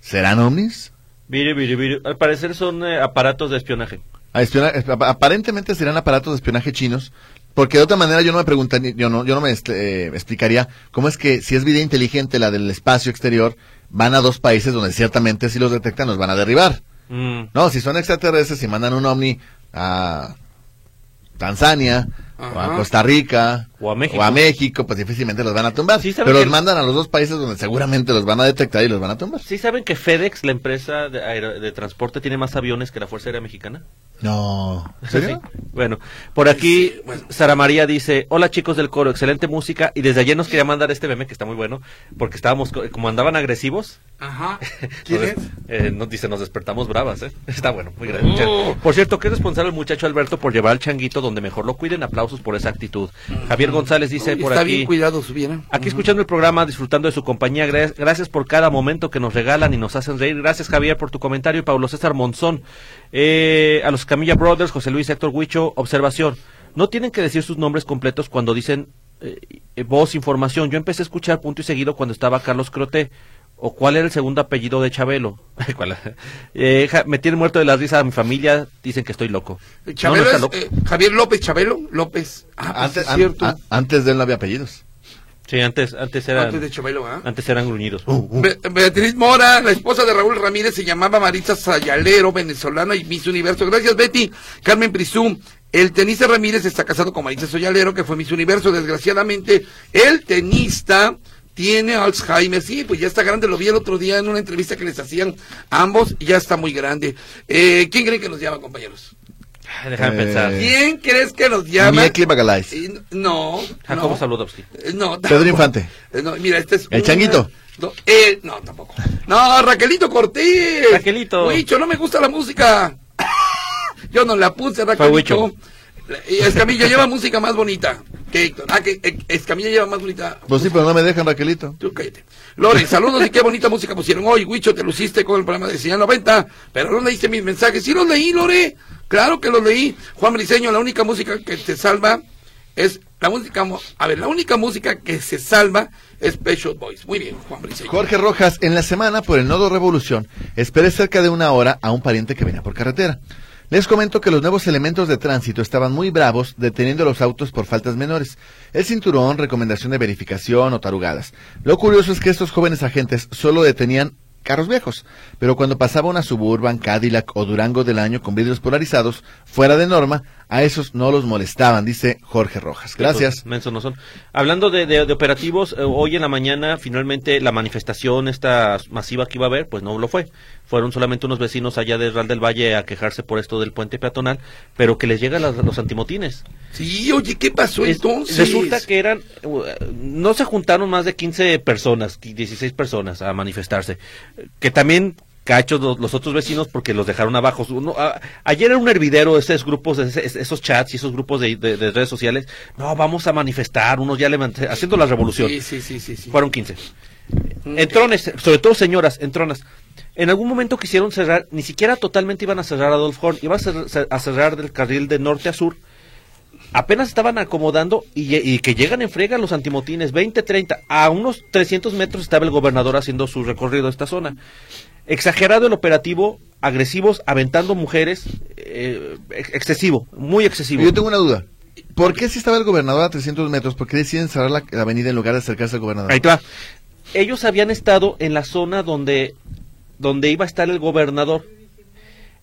Speaker 3: ¿Serán ovnis?
Speaker 1: Mire, mire, mire. Al parecer son eh, aparatos de espionaje.
Speaker 3: A espiona- Ah, ap- Aparentemente serán aparatos de espionaje chinos, porque de otra manera yo no me preguntaría, yo no, yo no me este, eh, explicaría cómo es que si es vida inteligente la del espacio exterior, van a dos países donde ciertamente si los detectan los van a derribar.
Speaker 1: Mm.
Speaker 3: No, si son extraterrestres y mandan un ovni a Tanzania o
Speaker 2: Ajá.
Speaker 3: a Costa Rica
Speaker 1: O a México.
Speaker 3: México, pues difícilmente los van a tumbar.
Speaker 1: Sí, ¿saben
Speaker 3: pero
Speaker 1: que-
Speaker 3: los mandan a los dos países donde seguramente los van a detectar y los van a tumbar.
Speaker 1: ¿Sí saben que FedEx, la empresa de, aero- de transporte, tiene más aviones que la Fuerza Aérea Mexicana?
Speaker 3: No. ¿En serio?
Speaker 1: Sí. Bueno, por aquí
Speaker 2: Sí, bueno.
Speaker 1: Sara María dice, hola chicos del coro, excelente música. Y desde ayer nos quería mandar este meme que está muy bueno, porque estábamos, co- como andaban agresivos,
Speaker 2: Ajá.
Speaker 1: nos,
Speaker 2: ¿Quién es?
Speaker 1: des- eh, nos dice, nos despertamos bravas, ¿eh? Está bueno, muy grande.
Speaker 2: Oh.
Speaker 1: Por cierto, qué responsable el muchacho Alberto por llevar al changuito donde mejor lo cuiden. Aplausos por esa actitud. Javier González dice
Speaker 2: Uy,
Speaker 1: por
Speaker 2: Está
Speaker 1: aquí.
Speaker 2: bien ¿eh? cuidado, subiera.
Speaker 1: Aquí escuchando el programa, disfrutando de su compañía, gra- gracias por cada momento que nos regalan y nos hacen reír. Gracias Javier por tu comentario y Pablo César Monzón. Eh, a los Camilla Brothers, José Luis Héctor Huicho, observación. No tienen que decir sus nombres completos cuando dicen eh, eh, voz, información. Yo empecé a escuchar punto y seguido cuando estaba Carlos Crote. ¿O cuál era el segundo apellido de Chabelo? ¿Cuál? Eh, ja- me tiene muerto de la risa a mi familia, dicen que estoy loco. No, no
Speaker 2: Chabelo
Speaker 1: está
Speaker 2: es,
Speaker 1: loco.
Speaker 2: eh, Javier López, Chabelo López. Ah, pues
Speaker 3: Antes,
Speaker 2: es
Speaker 3: an-
Speaker 2: cierto.
Speaker 3: a- antes de él no había apellidos.
Speaker 1: Sí, antes, antes eran,
Speaker 2: Antes de Chabelo, ¿ah?
Speaker 1: antes eran gruñidos.
Speaker 2: Be- Beatriz Mora, la esposa de Raúl Ramírez, se llamaba Maritza Sayalero, venezolana y Miss Universo. Gracias, Betty. Carmen Prisú, el tenista Ramírez está casado con Maritza Sayalero, que fue Miss Universo. Desgraciadamente, el tenista tiene Alzheimer. Sí, pues ya está grande. Lo vi el otro día en una entrevista que les hacían ambos. y Ya está muy grande. Eh, ¿Quién cree que nos llama, compañeros?
Speaker 1: Ay, Déjame
Speaker 3: Eh,
Speaker 1: pensar.
Speaker 2: ¿Quién crees que nos llama?
Speaker 3: Miekli Bagalais.
Speaker 2: Eh, No.
Speaker 1: Jacobo
Speaker 2: no.
Speaker 1: Saludowski.
Speaker 2: Eh, No, tampoco.
Speaker 3: Pedro Infante.
Speaker 2: Eh, No, mira, este es.
Speaker 3: El Changuito.
Speaker 2: do- eh, no, tampoco. No, Raquelito Cortés.
Speaker 1: Raquelito.
Speaker 2: Huicho, no me gusta la música. Yo no la puse, Raquelito.
Speaker 1: Huicho.
Speaker 2: La- y Escamilla lleva música más bonita que Héctor. Ah, que eh, Escamilla lleva más bonita.
Speaker 3: Pues sí, pero no me dejan, Raquelito.
Speaker 2: Tú cállate. Lore, saludos y qué bonita música pusieron hoy. Huicho, te luciste con el programa de Señal 90, pero no leíste mis mensajes. Sí los leí, Lore. Claro que los leí. Juan Briceño, la única música que te salva es la música, mo- a ver, la única música que se salva es Special Boys. Muy bien, Juan Briceño.
Speaker 3: Jorge Rojas, en la semana por el nodo Revolución, esperé cerca de una hora a un pariente que venía por carretera. Les comento que los nuevos elementos de tránsito estaban muy bravos deteniendo los autos por faltas menores. El cinturón, recomendación de verificación o tarugadas. Lo curioso es que estos jóvenes agentes solo detenían carros viejos, pero cuando pasaba una Suburban, Cadillac o Durango del año con vidrios polarizados fuera de norma, a esos no los molestaban, dice Jorge Rojas.
Speaker 1: Mensos,
Speaker 3: Gracias.
Speaker 1: mensos no son. Hablando de, de- de operativos, eh, hoy en la mañana finalmente la manifestación esta masiva que iba a haber, pues no lo fue. Fueron solamente unos vecinos allá de Real del Valle a quejarse por esto del puente peatonal, pero que les llegan las- los antimotines.
Speaker 2: Sí, oye, ¿qué pasó
Speaker 1: Es-
Speaker 2: entonces?
Speaker 1: Resulta que eran, uh, no se juntaron más de 15 personas, 16 personas a manifestarse, que también cachos los, los otros vecinos porque los dejaron abajo. Uno, a- ayer era un hervidero esos grupos, ese- ese- esos chats y esos grupos de, de- de redes sociales. No, vamos a manifestar, unos ya levanté, haciendo la revolución.
Speaker 2: Sí, sí, sí, sí. sí.
Speaker 1: Fueron 15. Entrones, sobre todo señoras, entronas. En algún momento quisieron cerrar, ni siquiera totalmente iban a cerrar Adolf Horn, iban a cer- cer- a cerrar del carril de norte a sur. Apenas estaban acomodando y, lle- y que llegan en frega los antimotines, 20, 30, a unos 300 metros estaba el gobernador haciendo su recorrido a esta zona. Exagerado el operativo, agresivos, aventando mujeres, eh, ex- excesivo, muy excesivo.
Speaker 3: Yo tengo una duda. ¿Por qué si estaba el gobernador a 300 metros? ¿Por qué deciden cerrar la, la avenida en lugar de acercarse al gobernador?
Speaker 1: Ahí te va. Ellos habían estado en la zona donde, donde iba a estar el gobernador.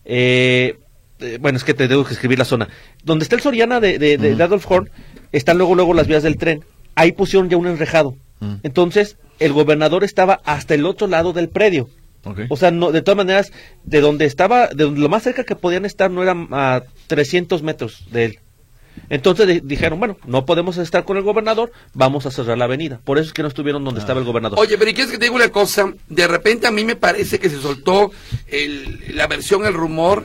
Speaker 1: Eh, eh, bueno, es que te tengo que escribir la zona. Donde está el Soriana de, de- de- de Adolf Horn, están luego, luego las vías del tren. Ahí pusieron ya un enrejado.
Speaker 3: Ujú.
Speaker 1: Entonces, el gobernador estaba hasta el otro lado del predio.
Speaker 3: Ok.
Speaker 1: O sea, no, de todas maneras, de donde estaba, de donde- lo más cerca que podían estar no eran a 300 metros de él. Entonces di- dijeron, bueno, no podemos estar con el gobernador, vamos a cerrar la avenida. Por eso es que no estuvieron donde estaba el gobernador.
Speaker 2: Oye, pero ¿y quieres que te diga una cosa? De repente a mí me parece que se soltó el- la versión, el rumor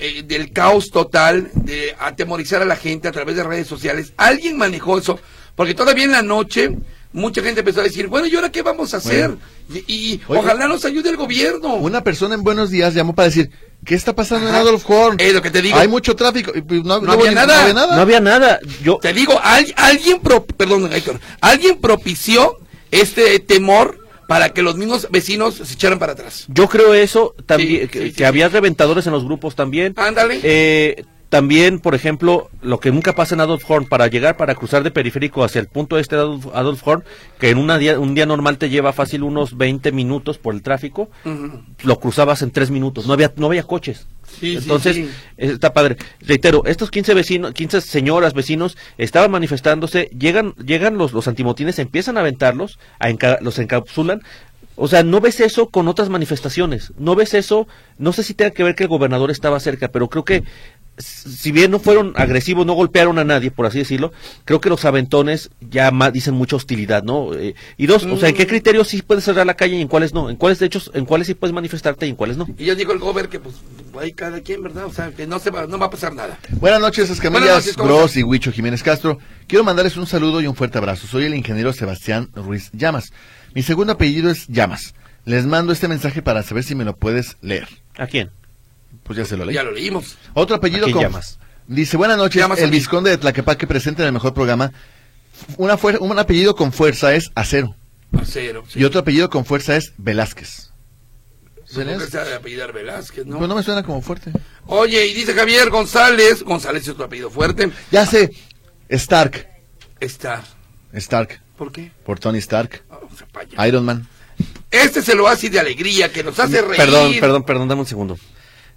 Speaker 2: eh, del caos total, de atemorizar a la gente a través de redes sociales. Alguien manejó eso, porque todavía en la noche mucha gente empezó a decir, bueno, ¿y ahora qué vamos a hacer?
Speaker 3: Bueno.
Speaker 2: Y, y
Speaker 3: Oye.
Speaker 2: ojalá nos ayude el gobierno.
Speaker 3: Una persona en Buenos Días llamó para decir, ¿qué está pasando
Speaker 2: Ajá.
Speaker 3: en Adolf Horn?
Speaker 2: Es lo que te digo.
Speaker 3: Hay mucho tráfico. Y, pues, No,
Speaker 2: No había
Speaker 3: ni-
Speaker 2: nada.
Speaker 1: No había nada. Yo,
Speaker 2: Te digo, al- alguien, pro- perdón, Héctor, alguien propició este temor para que los mismos vecinos se echaran para atrás.
Speaker 1: Yo creo eso también,
Speaker 2: Sí,
Speaker 1: que,
Speaker 2: sí, sí,
Speaker 1: que
Speaker 2: sí.
Speaker 1: había reventadores en los grupos también.
Speaker 2: Ándale.
Speaker 1: Eh, también, por ejemplo, lo que nunca pasa en Adolf Horn, para llegar, para cruzar de periférico hacia el punto este de Adolf, Adolf Horn, que en una día- un día normal te lleva fácil unos 20 minutos por el tráfico,
Speaker 2: Ujú.
Speaker 1: lo cruzabas en 3 minutos, no había, no había coches.
Speaker 2: Sí, sí,
Speaker 1: Entonces,
Speaker 2: sí.
Speaker 1: está padre. Reitero, estos 15 vecinos, 15 señoras vecinos estaban manifestándose, llegan llegan los los antimotines, empiezan a aventarlos, a enca- los encapsulan. O sea, no ves eso con otras manifestaciones. No ves eso, no sé si tenga que ver que el gobernador estaba cerca, pero creo que s- si bien no fueron agresivos, no golpearon a nadie, por así decirlo, creo que los aventones ya ma- dicen mucha hostilidad, ¿no? Eh, y dos, o sea, ¿en qué criterios sí puedes cerrar la calle y en cuáles no? ¿En cuáles, de hecho, en cuáles sí puedes manifestarte y en cuáles no?
Speaker 2: Y ya dijo el gober que pues hay cada quien, ¿verdad? O sea, que no se va, no va a pasar nada.
Speaker 3: Buenas noches,
Speaker 2: Buenas
Speaker 3: Escamillas,
Speaker 2: noches, ¿cómo
Speaker 3: Bros
Speaker 2: están?
Speaker 3: y Huicho Jiménez Castro. Quiero mandarles un saludo y un fuerte abrazo. Soy el ingeniero Sebastián Ruiz Llamas. Mi segundo apellido es Llamas. Les mando este mensaje para saber si me lo puedes leer.
Speaker 1: ¿A quién?
Speaker 3: Pues ya se lo leí.
Speaker 2: Ya lo leímos.
Speaker 3: Otro apellido
Speaker 1: ¿A quién
Speaker 3: con-
Speaker 1: llamas?
Speaker 3: Dice, buenas noches,
Speaker 2: Llamas a
Speaker 3: el
Speaker 2: mí.
Speaker 3: vizconde de Tlaquepaque presente en el mejor programa. Una fuer- un apellido con fuerza es Acero.
Speaker 2: Acero. sí.
Speaker 3: Y otro apellido con fuerza es Velázquez.
Speaker 2: Supongo que sea de apellidar Velázquez, ¿no?
Speaker 3: Pues no me suena como fuerte.
Speaker 2: Oye, y dice Javier González, González es tu apellido fuerte,
Speaker 3: Ya sé, Stark.
Speaker 2: estar.
Speaker 3: Stark,
Speaker 2: ¿Por qué?
Speaker 3: por Tony Stark.
Speaker 2: Ah, o sea, vaya.
Speaker 3: Iron Man.
Speaker 2: Este se lo hace de alegría, que nos hace reír.
Speaker 1: Perdón, perdón, perdón, dame un segundo.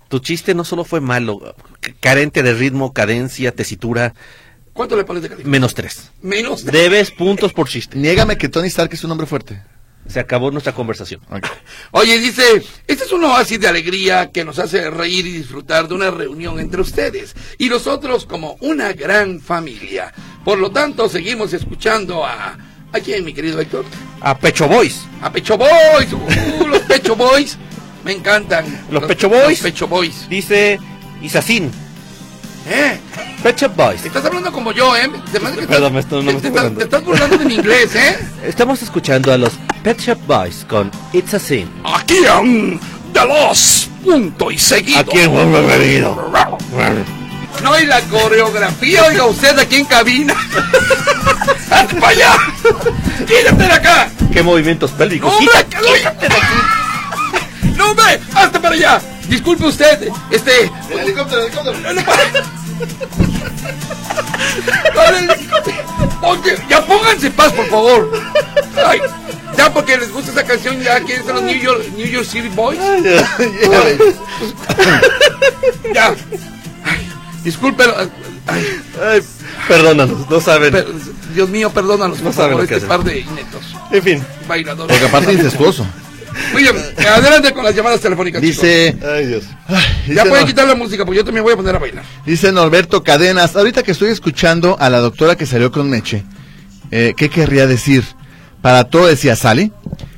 Speaker 1: Tu chiste no solo fue malo, c- carente de ritmo, cadencia, tesitura,
Speaker 2: ¿Cuánto le pones de calificación?
Speaker 1: menos tres.
Speaker 2: Menos.
Speaker 1: Debes puntos por chiste.
Speaker 3: Niégame que Tony Stark es un hombre fuerte.
Speaker 1: Se acabó nuestra conversación.
Speaker 3: Ok.
Speaker 2: Oye, dice, este es un oasis de alegría que nos hace reír y disfrutar de una reunión entre ustedes y nosotros como una gran familia. Por lo tanto, seguimos escuchando a... ¿A quién, mi querido Héctor?
Speaker 1: A Pecho Boys.
Speaker 2: A Pecho Boys. Uh, los Pecho Boys. Me encantan.
Speaker 1: Los Pecho Boys.
Speaker 2: Los Pecho Boys.
Speaker 1: Dice Isacin.
Speaker 2: ¿Eh?
Speaker 1: Pecho Boys.
Speaker 2: Estás hablando como yo, ¿eh? Se me hace que
Speaker 1: Perdón,
Speaker 2: estás-
Speaker 1: esto no me
Speaker 2: te- te
Speaker 1: estoy
Speaker 2: estás-
Speaker 1: acordando.
Speaker 2: Te estás burlando de mi inglés, ¿eh?
Speaker 1: Estamos escuchando a los Pet Shop Boys con It's a Sin.
Speaker 2: Aquí aún de los punto y seguido. No, y la coreografía, oiga usted aquí en cabina. ¡Hazte para allá! ¡Quítate de acá!
Speaker 1: ¿Qué movimientos
Speaker 2: ¡No,
Speaker 1: pélvicos?
Speaker 2: hombre!
Speaker 1: Quita-
Speaker 2: que- ¡No, hombre! ¡Hazte para allá! Disculpe usted, este... Ahora el helicóptero. Oye, ya pónganse en paz, por favor. Ay, ya porque les gusta esa canción, ya que es de los New York, New York City Boys. Ya. Ay, discúlpelo. Ay,
Speaker 1: Ay, perdónanos, no saben.
Speaker 2: per- Dios mío, perdónanos
Speaker 1: No
Speaker 2: por
Speaker 1: saben
Speaker 2: favor,
Speaker 1: lo que hacen.
Speaker 2: este par de ineptos
Speaker 1: En fin.
Speaker 2: bailadores.
Speaker 3: Porque aparte es incestuoso.
Speaker 2: William, adelante con las llamadas telefónicas.
Speaker 3: Dice.
Speaker 1: Ay, Dios.
Speaker 3: ay,
Speaker 2: chicos. Ya
Speaker 3: dice
Speaker 2: pueden
Speaker 3: Nor-
Speaker 2: quitar la música, porque yo también voy a poner a bailar.
Speaker 3: dice Norberto Cadenas. Ahorita que estoy escuchando a la doctora que salió con Meche, eh, ¿qué querría decir? Para todo decía Sale.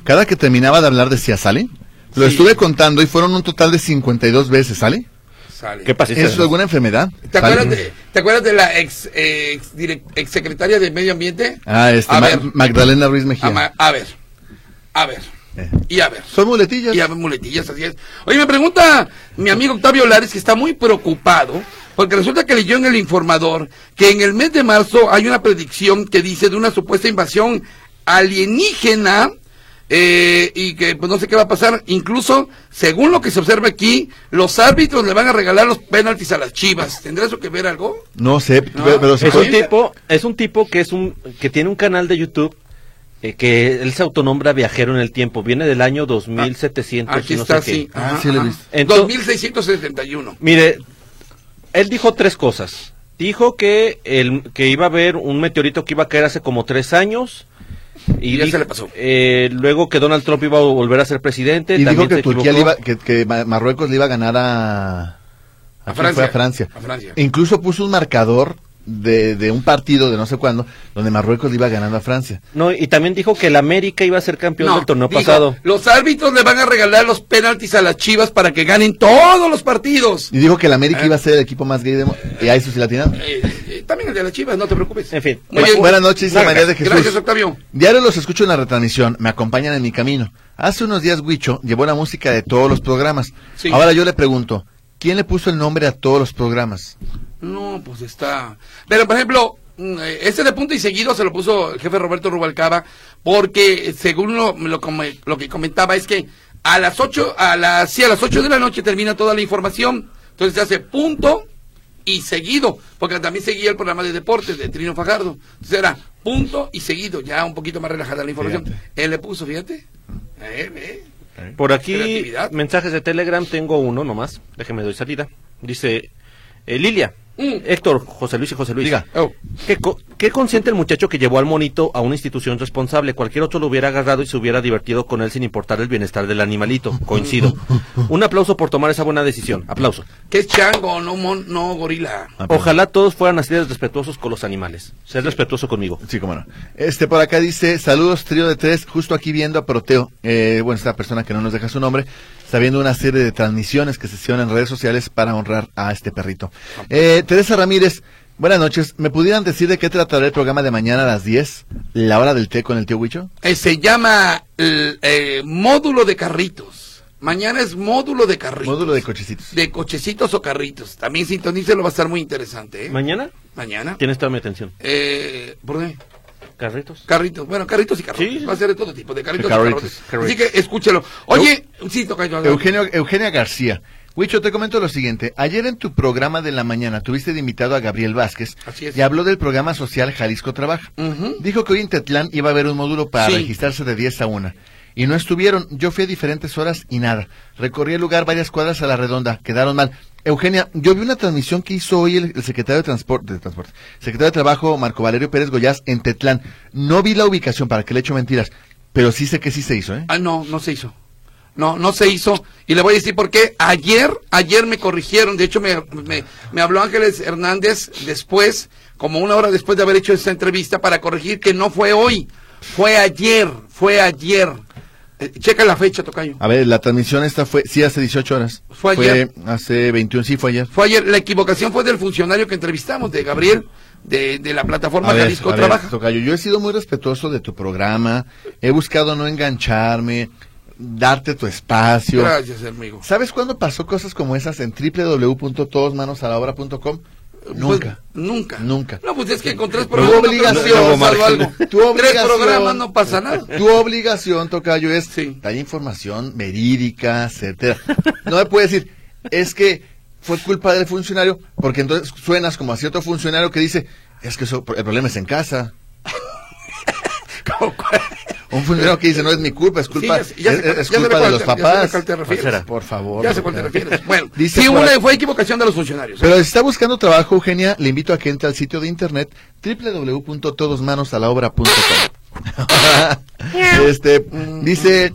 Speaker 3: Cada que terminaba de hablar decía Sale. Lo
Speaker 2: Sí.
Speaker 3: estuve contando y fueron un total de 52 veces, ¿sale?
Speaker 2: Sale.
Speaker 1: ¿Qué pasa?
Speaker 3: ¿Es alguna enfermedad?
Speaker 2: ¿Te
Speaker 3: ¿Sale?
Speaker 2: acuerdas, de, ¿Te acuerdas de la ex, eh, ex, direc- ex secretaria de Medio Ambiente?
Speaker 3: Ah, este,
Speaker 2: a
Speaker 3: Ma-
Speaker 2: ver,
Speaker 3: Magdalena Ruiz Mejía.
Speaker 2: a, ma- a ver, a ver,
Speaker 3: Eh.
Speaker 2: y a ver.
Speaker 3: Son muletillas.
Speaker 2: Y a ver, muletillas, así es. Oye, me pregunta mi amigo Octavio Lares que está muy preocupado porque resulta que leyó en el informador que en el mes de marzo hay una predicción que dice de una supuesta invasión alienígena eh, y que pues, no sé qué va a pasar. Incluso, según lo que se observa aquí, los árbitros le van a regalar los penaltis a las chivas. ¿Tendrá eso que ver algo?
Speaker 3: No sé,
Speaker 2: No,
Speaker 3: pero, pero se
Speaker 1: es un
Speaker 3: puede-
Speaker 2: Ahorita-
Speaker 1: tipo es un tipo que es un que tiene un canal de YouTube eh, que él se autonombra viajero en el tiempo viene del año 2700
Speaker 2: Ah, Aquí
Speaker 1: y no
Speaker 2: está,
Speaker 1: sé qué.
Speaker 2: sí.
Speaker 3: Ah, sí lo he visto.
Speaker 1: Entonces-
Speaker 2: 2671.
Speaker 1: mire él dijo tres cosas. Dijo que, el, que iba a haber un meteorito que iba a caer hace como tres años.
Speaker 2: Y ya
Speaker 1: dijo-
Speaker 2: se le pasó.
Speaker 1: eh, luego que Donald Trump iba a volver a ser presidente.
Speaker 3: Y dijo
Speaker 1: también
Speaker 3: que
Speaker 1: se
Speaker 3: Turquía le
Speaker 1: equivocó.
Speaker 3: iba, que, que Ma- Marruecos le iba a ganar a,
Speaker 2: A
Speaker 3: ¿a quién fue?
Speaker 2: Francia.
Speaker 3: a Francia.
Speaker 2: A Francia.
Speaker 3: Incluso puso un marcador de, de un partido de no sé cuándo, donde Marruecos le iba ganando a Francia.
Speaker 1: No, y también dijo que el América iba a ser campeón
Speaker 2: No,
Speaker 1: del torneo
Speaker 2: digo,
Speaker 1: pasado.
Speaker 2: Los árbitros le van a regalar los penaltis a las chivas para que ganen todos los partidos.
Speaker 3: Y dijo que el América
Speaker 2: Ah.
Speaker 3: iba a ser el equipo más gay de... mo- Y ahí eso sí la atinaron.
Speaker 2: Eh, eh, también el de las chivas, no te preocupes.
Speaker 1: En fin.
Speaker 2: Muy
Speaker 3: Bu-
Speaker 2: bien.
Speaker 3: Buenas noches, dice
Speaker 2: Gracias.
Speaker 3: María de Jesús.
Speaker 2: Gracias, Octavio.
Speaker 3: Diario los escucho en la retransmisión, me acompañan en mi camino. Hace unos días Huicho llevó la música de todos los programas.
Speaker 2: Sí.
Speaker 3: Ahora yo le pregunto, ¿quién le puso el nombre a todos los programas?
Speaker 2: No, pues está. Pero, por ejemplo, mm, eh, este de punto y seguido se lo puso el jefe Roberto Rubalcaba, porque eh, según lo, lo come- lo que comentaba es que a las 8, a las, sí, a las 8 de la noche termina toda la información. Entonces se hace punto y seguido, porque también seguía el programa de deportes de Trino Fajardo. Entonces era punto y seguido, ya un poquito más relajada la información. Él le puso, fíjate. Eh, eh.
Speaker 1: Por aquí,
Speaker 2: Creatividad.
Speaker 1: mensajes de Telegram, tengo uno nomás. Déjeme doy salida. Dice eh, Lilia,
Speaker 2: Mm.
Speaker 1: Héctor, José Luis y José Luis.
Speaker 3: Diga.
Speaker 2: Oh.
Speaker 1: ¿Qué, co- qué consciente el muchacho que llevó al monito a una institución responsable? Cualquier otro lo hubiera agarrado y se hubiera divertido con él sin importar el bienestar del animalito. Coincido. Un aplauso por tomar esa buena decisión. Aplauso.
Speaker 2: Que es chango, no, mon- no gorila.
Speaker 3: Ah, perdón.
Speaker 1: Ojalá todos fueran así de respetuosos con los animales. Ser respetuoso conmigo.
Speaker 3: Sí, cómo no. Este, por acá dice, saludos trío de tres, justo aquí viendo a Proteo. Eh, bueno, esta persona que no nos deja su nombre, está viendo una serie de transmisiones que se hicieron en redes sociales para honrar a este perrito. Eh, Teresa Ramírez, buenas noches. ¿Me pudieran decir de qué tratará el programa de mañana a las 10, la hora del té con el tío Huicho?
Speaker 2: Eh, se llama el, eh, módulo de carritos. Mañana es módulo de carritos.
Speaker 3: Módulo de cochecitos.
Speaker 2: De cochecitos o carritos. También sintonícelo, va a estar muy interesante. ¿eh?
Speaker 1: Mañana
Speaker 2: Mañana.
Speaker 1: tienes toda mi atención.
Speaker 2: Eh, ¿Por qué?
Speaker 1: Carritos.
Speaker 2: Carritos. Bueno, carritos y carrotes.
Speaker 1: Sí.
Speaker 2: Va a ser de todo tipo, de carritos,
Speaker 3: De
Speaker 2: y
Speaker 3: carritos,
Speaker 2: carrotes.
Speaker 3: carritos.
Speaker 2: Así que escúchelo. Oye, sí, toca yo.
Speaker 3: Eugenio, Eugenia García. Huicho, te comento lo siguiente. Ayer en tu programa de la mañana tuviste de invitado a Gabriel Vázquez
Speaker 2: Así es.
Speaker 3: y habló del programa social Jalisco Trabaja.
Speaker 2: Ujú.
Speaker 3: Dijo que hoy en Tetlán iba a haber un módulo para
Speaker 2: Sí.
Speaker 3: registrarse de 10 a 1. Y no estuvieron. Yo fui a diferentes horas y nada. Recorrí el lugar varias cuadras a la redonda. Quedaron mal. Eugenia, yo vi una transmisión que hizo hoy el, el secretario de Transporte, de Transporte, secretario de Trabajo Marco Valerio Pérez Goyás en Tetlán. No vi la ubicación para que le echo mentiras, pero sí sé que sí se hizo, ¿eh?
Speaker 2: Ah, no, no se hizo. No, no se hizo. Y le voy a decir por qué. Ayer, ayer me corrigieron. De hecho, me, me, me habló Ángeles Hernández después, como una hora después de haber hecho esta entrevista, para corregir que no fue hoy. Fue ayer, fue ayer. Eh, checa la fecha, Tocayo.
Speaker 3: A ver, la transmisión esta fue, sí, hace 18 horas.
Speaker 2: Fue ayer.
Speaker 3: hace 21, sí, fue ayer.
Speaker 2: Fue ayer. La equivocación fue del funcionario que entrevistamos, de Gabriel, de, de la plataforma
Speaker 3: A ver,
Speaker 2: Jalisco
Speaker 3: a ver,
Speaker 2: Trabaja.
Speaker 3: Tocayo, yo he sido muy respetuoso de tu programa, he buscado no engancharme, darte tu espacio.
Speaker 2: Gracias, amigo.
Speaker 3: ¿Sabes cuándo pasó cosas como esas en www.todosmanosalahobra.com? Nunca.
Speaker 2: Pues, nunca.
Speaker 3: Nunca.
Speaker 2: No, pues es que con tres
Speaker 3: Tu
Speaker 2: programas. no
Speaker 3: obligación,
Speaker 2: creo que haya pasado
Speaker 3: Margen.
Speaker 2: algo.
Speaker 3: Tu
Speaker 2: Tres
Speaker 3: obligación.
Speaker 2: programas no pasa nada.
Speaker 3: Tu obligación, Tocayo, es
Speaker 2: Sí.
Speaker 3: dar información verídica, etcétera. No me puedes decir, es que fue culpa del funcionario, porque entonces suenas como a cierto funcionario que dice, es que eso- el problema es en casa.
Speaker 2: Como cual-
Speaker 3: Un funcionario que dice, no es mi culpa, es culpa,
Speaker 2: Sí, ya- ya
Speaker 3: es,
Speaker 2: sé-
Speaker 3: es
Speaker 2: ya sé
Speaker 3: culpa de
Speaker 2: cuál
Speaker 3: los
Speaker 2: te- ya sé cuál
Speaker 3: papás.
Speaker 2: te refieres.
Speaker 3: Tercera. Por favor.
Speaker 2: Ya sé cuál te
Speaker 3: Tocayo.
Speaker 2: refieres. Bueno,
Speaker 3: Dice
Speaker 2: sí,
Speaker 3: por
Speaker 2: una
Speaker 3: acá-
Speaker 2: fue equivocación de los funcionarios. ¿eh?
Speaker 3: Pero si está buscando trabajo, Eugenia, le invito a que entre al sitio de internet www.todosmanosalahobra.com. este, dice,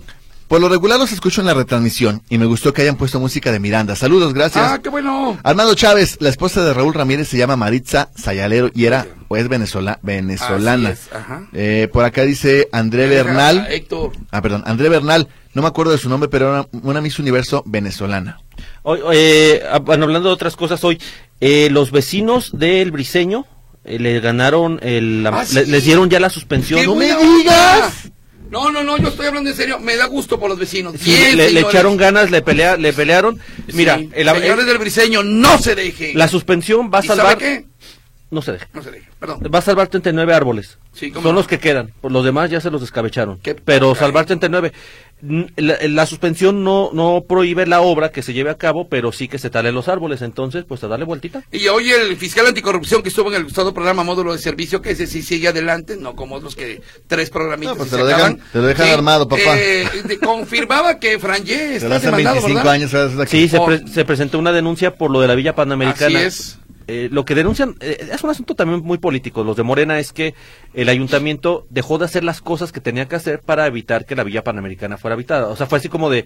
Speaker 3: por lo regular los escucho en la retransmisión y me gustó que hayan puesto música de Miranda. Saludos, gracias.
Speaker 2: ah, qué bueno.
Speaker 3: Armando Chávez, la esposa de Raúl Ramírez se llama Maritza Sayalero y era o es venezola- venezolana.
Speaker 2: Así es, ajá.
Speaker 3: Eh, por acá dice André
Speaker 2: Ah,
Speaker 3: Bernal.
Speaker 2: Héctor.
Speaker 3: Ah, perdón, André Bernal, no me acuerdo de su nombre, pero era una, una Miss Universo venezolana.
Speaker 1: Hoy, eh, ah, bueno, hablando de otras cosas hoy, eh, los vecinos del Briseño eh, le ganaron, el, la-
Speaker 2: Ah, sí.
Speaker 1: le- les dieron ya la suspensión.
Speaker 2: ¡Qué
Speaker 3: no me
Speaker 2: buena onda!
Speaker 3: digas!
Speaker 2: No, no, no, yo estoy hablando en serio. Me da gusto por los vecinos.
Speaker 1: Sí,
Speaker 2: Bien,
Speaker 1: le, le
Speaker 2: señores.
Speaker 1: echaron ganas, le, pelea, le pelearon. Mira,
Speaker 2: Sí.
Speaker 1: el-
Speaker 2: señores
Speaker 1: el-
Speaker 2: del Briseño, no se dejen.
Speaker 1: la suspensión va a
Speaker 2: ¿Y sabe
Speaker 1: salvar
Speaker 2: qué?
Speaker 1: No se deja.
Speaker 2: No se deja, perdón.
Speaker 1: Va a salvar 39 árboles.
Speaker 2: Sí, ¿cómo
Speaker 1: Son
Speaker 2: no?
Speaker 1: los que quedan. Por Los demás ya se los descabecharon.
Speaker 2: Qué
Speaker 1: Pero
Speaker 2: poca,
Speaker 1: salvar
Speaker 2: eh.
Speaker 1: 39. N- La, la suspensión no, no prohíbe la obra que se lleve a cabo, pero sí que se talen los árboles. Entonces, pues a darle vueltita.
Speaker 2: Y hoy el fiscal anticorrupción que estuvo en el gustado programa módulo de servicio, que ese sí sigue adelante, no como otros que tres programitas
Speaker 3: No, pues
Speaker 2: y
Speaker 3: te
Speaker 2: se
Speaker 3: lo dejan-
Speaker 2: acaban.
Speaker 3: te lo dejan armado, papá.
Speaker 2: eh, de- confirmaba que Frangé
Speaker 3: Te
Speaker 2: está
Speaker 3: das en
Speaker 2: demandado,
Speaker 3: 25
Speaker 2: ¿verdad?
Speaker 3: años. ¿sabes?
Speaker 1: Sí, se,
Speaker 2: Oh.
Speaker 1: pre- se presentó una denuncia por lo de la Villa Panamericana.
Speaker 2: Así es.
Speaker 1: Eh, lo que denuncian eh, es un asunto también muy político. Los de Morena es que el ayuntamiento dejó de hacer las cosas que tenía que hacer para evitar que la Villa Panamericana fuera habitada. O sea, fue así como de,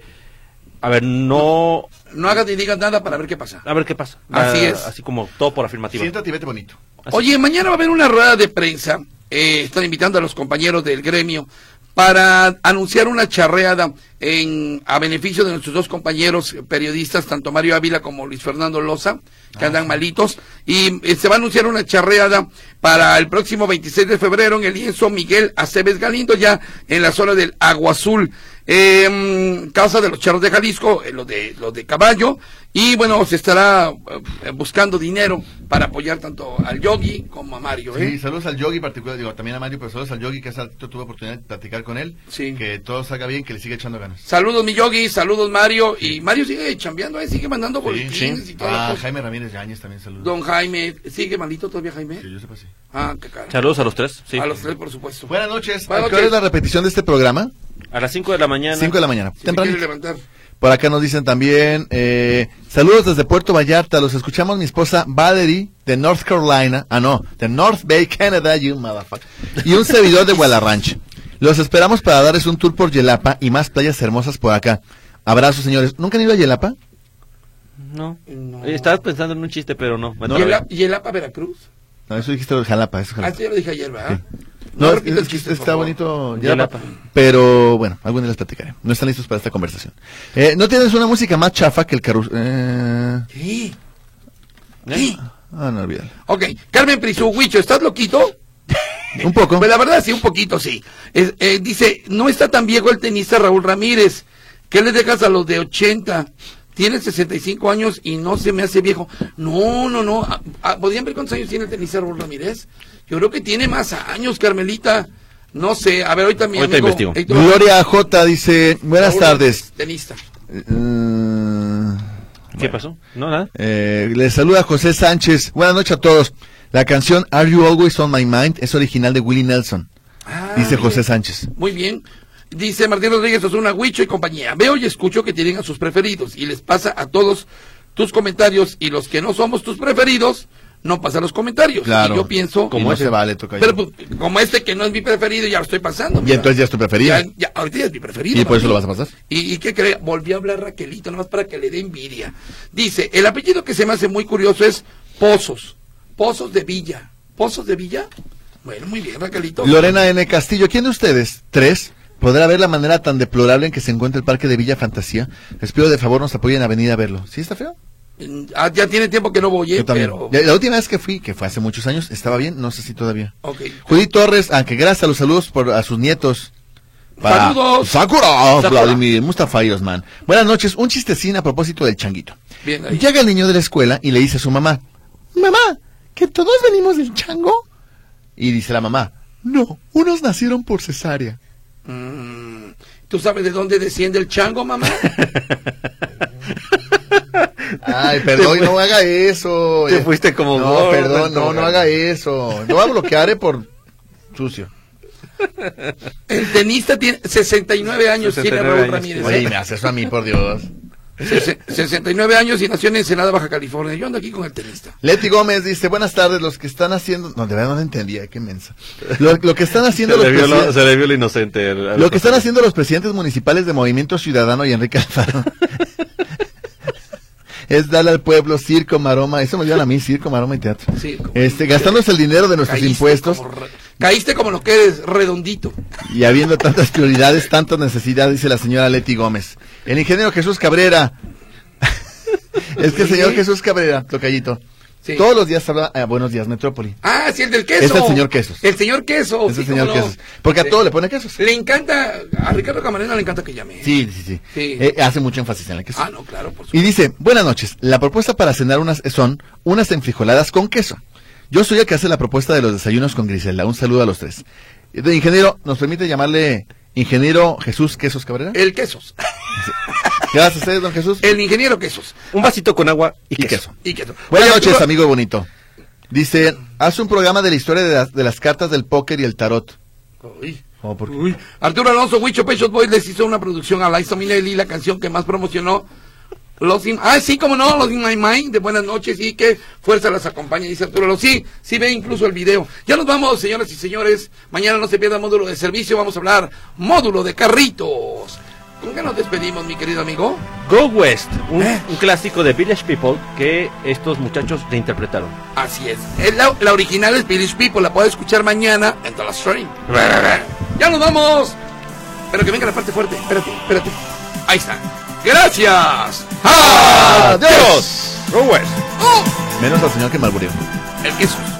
Speaker 1: a ver, no,
Speaker 2: No hagas ni digas nada para ver qué pasa.
Speaker 1: a ver qué pasa.
Speaker 2: Así es.
Speaker 1: Así como todo por afirmativa.
Speaker 3: Siéntate y vete bonito.
Speaker 1: Así.
Speaker 2: Oye, mañana va a haber una rueda de prensa. eh, están invitando a los compañeros del gremio para anunciar una charreada en, a beneficio de nuestros dos compañeros periodistas, tanto Mario Ávila como Luis Fernando Loza, que andan malitos. Y eh, se va a anunciar una charreada para el próximo 26 de febrero en el lienzo Miguel Aceves Galindo, ya en la zona del Agua Azul. em, casa de los charros de Jalisco, eh, los de, los de caballo, y bueno, se estará eh, buscando dinero para apoyar tanto al yogi como a Mario. ¿eh?
Speaker 3: Sí, saludos al Yogi particular, digo, también a Mario, pero saludos al Yogi que hace ratito tuve oportunidad de platicar con él.
Speaker 2: Sí.
Speaker 3: Que todo salga bien, que le siga echando ganas.
Speaker 2: Saludos, mi yogi, saludos, Mario. Y Mario sigue chambeando, ¿eh? sigue mandando
Speaker 3: Sí,
Speaker 2: boletines y todo.
Speaker 3: Ah, Jaime Ramírez Yañez también saludos.
Speaker 2: Don Jaime, ¿sigue malito todavía Jaime?
Speaker 3: Que yo sepa, sí.
Speaker 2: Ah, qué cara.
Speaker 1: Saludos a los tres. sí.
Speaker 2: A los tres, por supuesto.
Speaker 3: Buenas noches.
Speaker 2: Buenas
Speaker 3: ¿A qué hora
Speaker 2: noches.
Speaker 3: es la repetición de este programa?
Speaker 1: A las 5 de la mañana.
Speaker 3: 5 de la mañana.
Speaker 2: Si me
Speaker 3: Temprano.
Speaker 2: quiere levantar.
Speaker 3: Por acá nos dicen también, eh, saludos desde Puerto Vallarta, los escuchamos mi esposa Valerie de North Carolina, ah no, de North Bay, Canada, you motherfucker, y un servidor de Gualarranch. Los esperamos para darles un tour por Yelapa y más playas hermosas por acá. Abrazos, señores. ¿Nunca han ido a Yelapa?
Speaker 1: No.
Speaker 2: No.
Speaker 1: Eh, Estaba pensando en un chiste, pero no. Me
Speaker 2: ¿Y el,
Speaker 1: trabé.
Speaker 2: y el APA Veracruz?
Speaker 3: No, eso dijiste de Jalapa, eso es
Speaker 2: Ah,
Speaker 3: Jalapa.
Speaker 2: esto ya lo dije ayer, ¿verdad?
Speaker 3: No, es-
Speaker 2: repitas
Speaker 3: es-
Speaker 2: chistes, por
Speaker 3: está
Speaker 2: favor.
Speaker 3: bonito Yelapa.
Speaker 1: Yelapa.
Speaker 3: Pero bueno, algún día les platicaré. No están listos para esta conversación. Eh, ¿No tienes una música más chafa que el carrusel? Eh,
Speaker 2: Sí.
Speaker 1: ¿Eh?
Speaker 2: Sí.
Speaker 3: ah, no, olvídalo.
Speaker 2: Ok, Carmen Prisú, Huicho, ¿estás loquito?
Speaker 3: Un poco.
Speaker 2: Pues la verdad, sí, un poquito, sí. Es- eh, dice, no está tan viejo el tenista Raúl Ramírez. ¿Qué le dejas a los de 80? Tiene 65 años y no se me hace viejo. No, no, no. Ah, ah, ¿Podrían ver cuántos años tiene el tenista Raúl Ramírez? Yo creo que tiene más años, Carmelita. No sé. A ver, ahorita mi
Speaker 1: Ahorita
Speaker 2: amigo
Speaker 1: investigo.
Speaker 2: Héctor
Speaker 3: Gloria J dice, buenas
Speaker 2: Raúl
Speaker 3: tardes.
Speaker 2: Ramírez, Tenista.
Speaker 3: Eh, mm,
Speaker 1: ¿Qué pasó? No, nada.
Speaker 3: eh, les saluda José Sánchez. Buenas noches a todos. La canción Are You Always On My Mind es original de Willie Nelson,
Speaker 2: Ah,
Speaker 3: dice
Speaker 2: mira.
Speaker 3: José Sánchez.
Speaker 2: Muy bien. Dice Martín Rodríguez Osuna, Huicho y compañía. Veo y escucho que tienen a sus preferidos y les pasa a todos tus comentarios y los que no somos tus preferidos, no pasa los comentarios.
Speaker 3: Claro.
Speaker 2: Y yo pienso...
Speaker 3: Como
Speaker 2: y no
Speaker 3: ese
Speaker 2: se-
Speaker 3: vale, tocayo.
Speaker 2: Pero pues, como este que no es mi preferido, ya lo estoy pasando.
Speaker 3: Y entonces ya es tu preferido.
Speaker 2: Ya, ya, ahorita ya es mi preferido.
Speaker 3: ¿Y por eso
Speaker 2: Martín.
Speaker 3: lo vas a pasar?
Speaker 2: ¿Y, y qué cree? Volví a hablar Raquelito, nomás para que le dé envidia. Dice, el apellido que se me hace muy curioso es Pozos. Pozos de Villa. ¿Pozos de Villa? Bueno, muy bien, Raquelito.
Speaker 3: Lorena N. Castillo, ¿quién de ustedes, tres, podrá ver la manera tan deplorable en que se encuentra el parque de Villa Fantasía? Les pido de favor nos apoyen a venir a verlo. ¿Sí está feo?
Speaker 2: Mm, ah, ya tiene tiempo que no voy, eh,
Speaker 3: Yo también.
Speaker 2: pero...
Speaker 3: Ya- La última vez que fui, que fue hace muchos años, estaba bien, no sé si todavía.
Speaker 2: Ok.
Speaker 3: Judith Torres, aunque gracias a los saludos por, a sus nietos.
Speaker 2: Saludos.
Speaker 3: Sakura, oh,
Speaker 1: Sakura.
Speaker 3: Vladimir Mustafa Osman. Buenas noches, un chistecín a propósito del changuito.
Speaker 2: Bien ahí.
Speaker 3: Llega el niño de la escuela y le dice a su mamá, mamá, ¿que todos venimos del chango? Y dice la mamá, no, unos nacieron por cesárea.
Speaker 2: Mm, ¿Tú sabes de dónde desciende el chango, mamá?
Speaker 3: Ay, perdón, no haga eso.
Speaker 1: Te fuiste como
Speaker 3: No,
Speaker 1: gordo,
Speaker 3: perdón, no,
Speaker 1: entonces.
Speaker 3: no haga eso. Lo voy a bloquear eh, por sucio.
Speaker 2: El tenista tiene 69 años, tiene
Speaker 1: 69
Speaker 2: Raúl
Speaker 1: años,
Speaker 2: Ramírez.
Speaker 3: Oye,
Speaker 2: ¿eh?
Speaker 3: me haces eso a mí, por Dios.
Speaker 2: Sese- 69 años y nació en Ensenada, Baja California. Yo ando aquí con el tenista.
Speaker 3: Leti Gómez dice, buenas tardes, los que están haciendo... No, de verdad no lo entendía, qué mensa. Lo, lo que están haciendo los presidentes...
Speaker 1: se le vio lo inocente. al- al-
Speaker 3: Lo que están haciendo los presidentes municipales de Movimiento Ciudadano y Enrique Alfaro es darle al pueblo circo, maroma, eso me dio a mí, circo, maroma y teatro.
Speaker 2: Sí, como-
Speaker 3: Este, gastándose el dinero de nuestros
Speaker 2: Caíste
Speaker 3: impuestos
Speaker 2: como re- caíste como lo que eres, redondito.
Speaker 3: y habiendo tantas prioridades, tantas necesidades, dice la señora Leti Gómez. El ingeniero Jesús Cabrera. es que el señor Jesús Cabrera, tocallito.
Speaker 2: Sí.
Speaker 3: Todos los días habla, eh, buenos días, Metrópoli.
Speaker 2: Ah, sí, el del queso.
Speaker 3: Es el señor Quesos.
Speaker 2: El señor queso.
Speaker 3: Es el
Speaker 2: sí,
Speaker 3: señor
Speaker 2: cómo no.
Speaker 3: quesos. Porque a
Speaker 2: Sí.
Speaker 3: todos le pone quesos.
Speaker 2: Le encanta, a Ricardo Camarena le encanta que llame. ¿eh?
Speaker 3: Sí, sí, sí.
Speaker 2: Sí.
Speaker 3: Eh, hace mucho énfasis en el queso.
Speaker 2: Ah, no, claro, por
Speaker 3: Y
Speaker 2: supuesto.
Speaker 3: dice, buenas noches, la propuesta para cenar unas son unas enfrijoladas con queso. Yo soy el que hace la propuesta de los desayunos con Griselda. Un saludo a los tres. Eh, De ingeniero, ¿nos permite llamarle ingeniero Jesús Quesos Cabrera?
Speaker 2: El quesos.
Speaker 3: Gracias a ustedes, don Jesús.
Speaker 2: El ingeniero quesos.
Speaker 1: Un vasito con agua y,
Speaker 3: Y
Speaker 1: queso.
Speaker 3: queso.
Speaker 2: Y quesos.
Speaker 3: Buenas
Speaker 2: Oye,
Speaker 3: noches,
Speaker 2: Arturo,
Speaker 3: amigo bonito. Dice, haz un programa de la historia de las, de las cartas del póker y el tarot.
Speaker 2: Uy.
Speaker 3: Oh, ¿por qué?
Speaker 2: Uy. Arturo Alonso, Huicho Pechos Boys les hizo una producción a Liza Minelli, la canción que más promocionó. Los in- ah, sí, como no, los in my mind, de buenas noches y que fuerza las acompaña, dice Arturo Alonso. Sí, sí ve incluso el video. Ya nos vamos, señoras y señores. Mañana no se pierda módulo de servicio, vamos a hablar módulo de carritos. ¿Con qué nos despedimos, mi querido amigo?
Speaker 1: Go West, un,
Speaker 2: ¿Eh?
Speaker 1: un clásico de Village People que estos muchachos reinterpretaron.
Speaker 2: Así es. Es la, la original es Village People, la puedes escuchar mañana en The Last Train. ¡Ya nos vamos! Pero que venga la parte fuerte. Espérate, espérate. Ahí está. ¡Gracias! ¡Adiós!
Speaker 1: Go West.
Speaker 2: ¡Oh!
Speaker 3: Menos al señor que malbureó.
Speaker 2: El queso.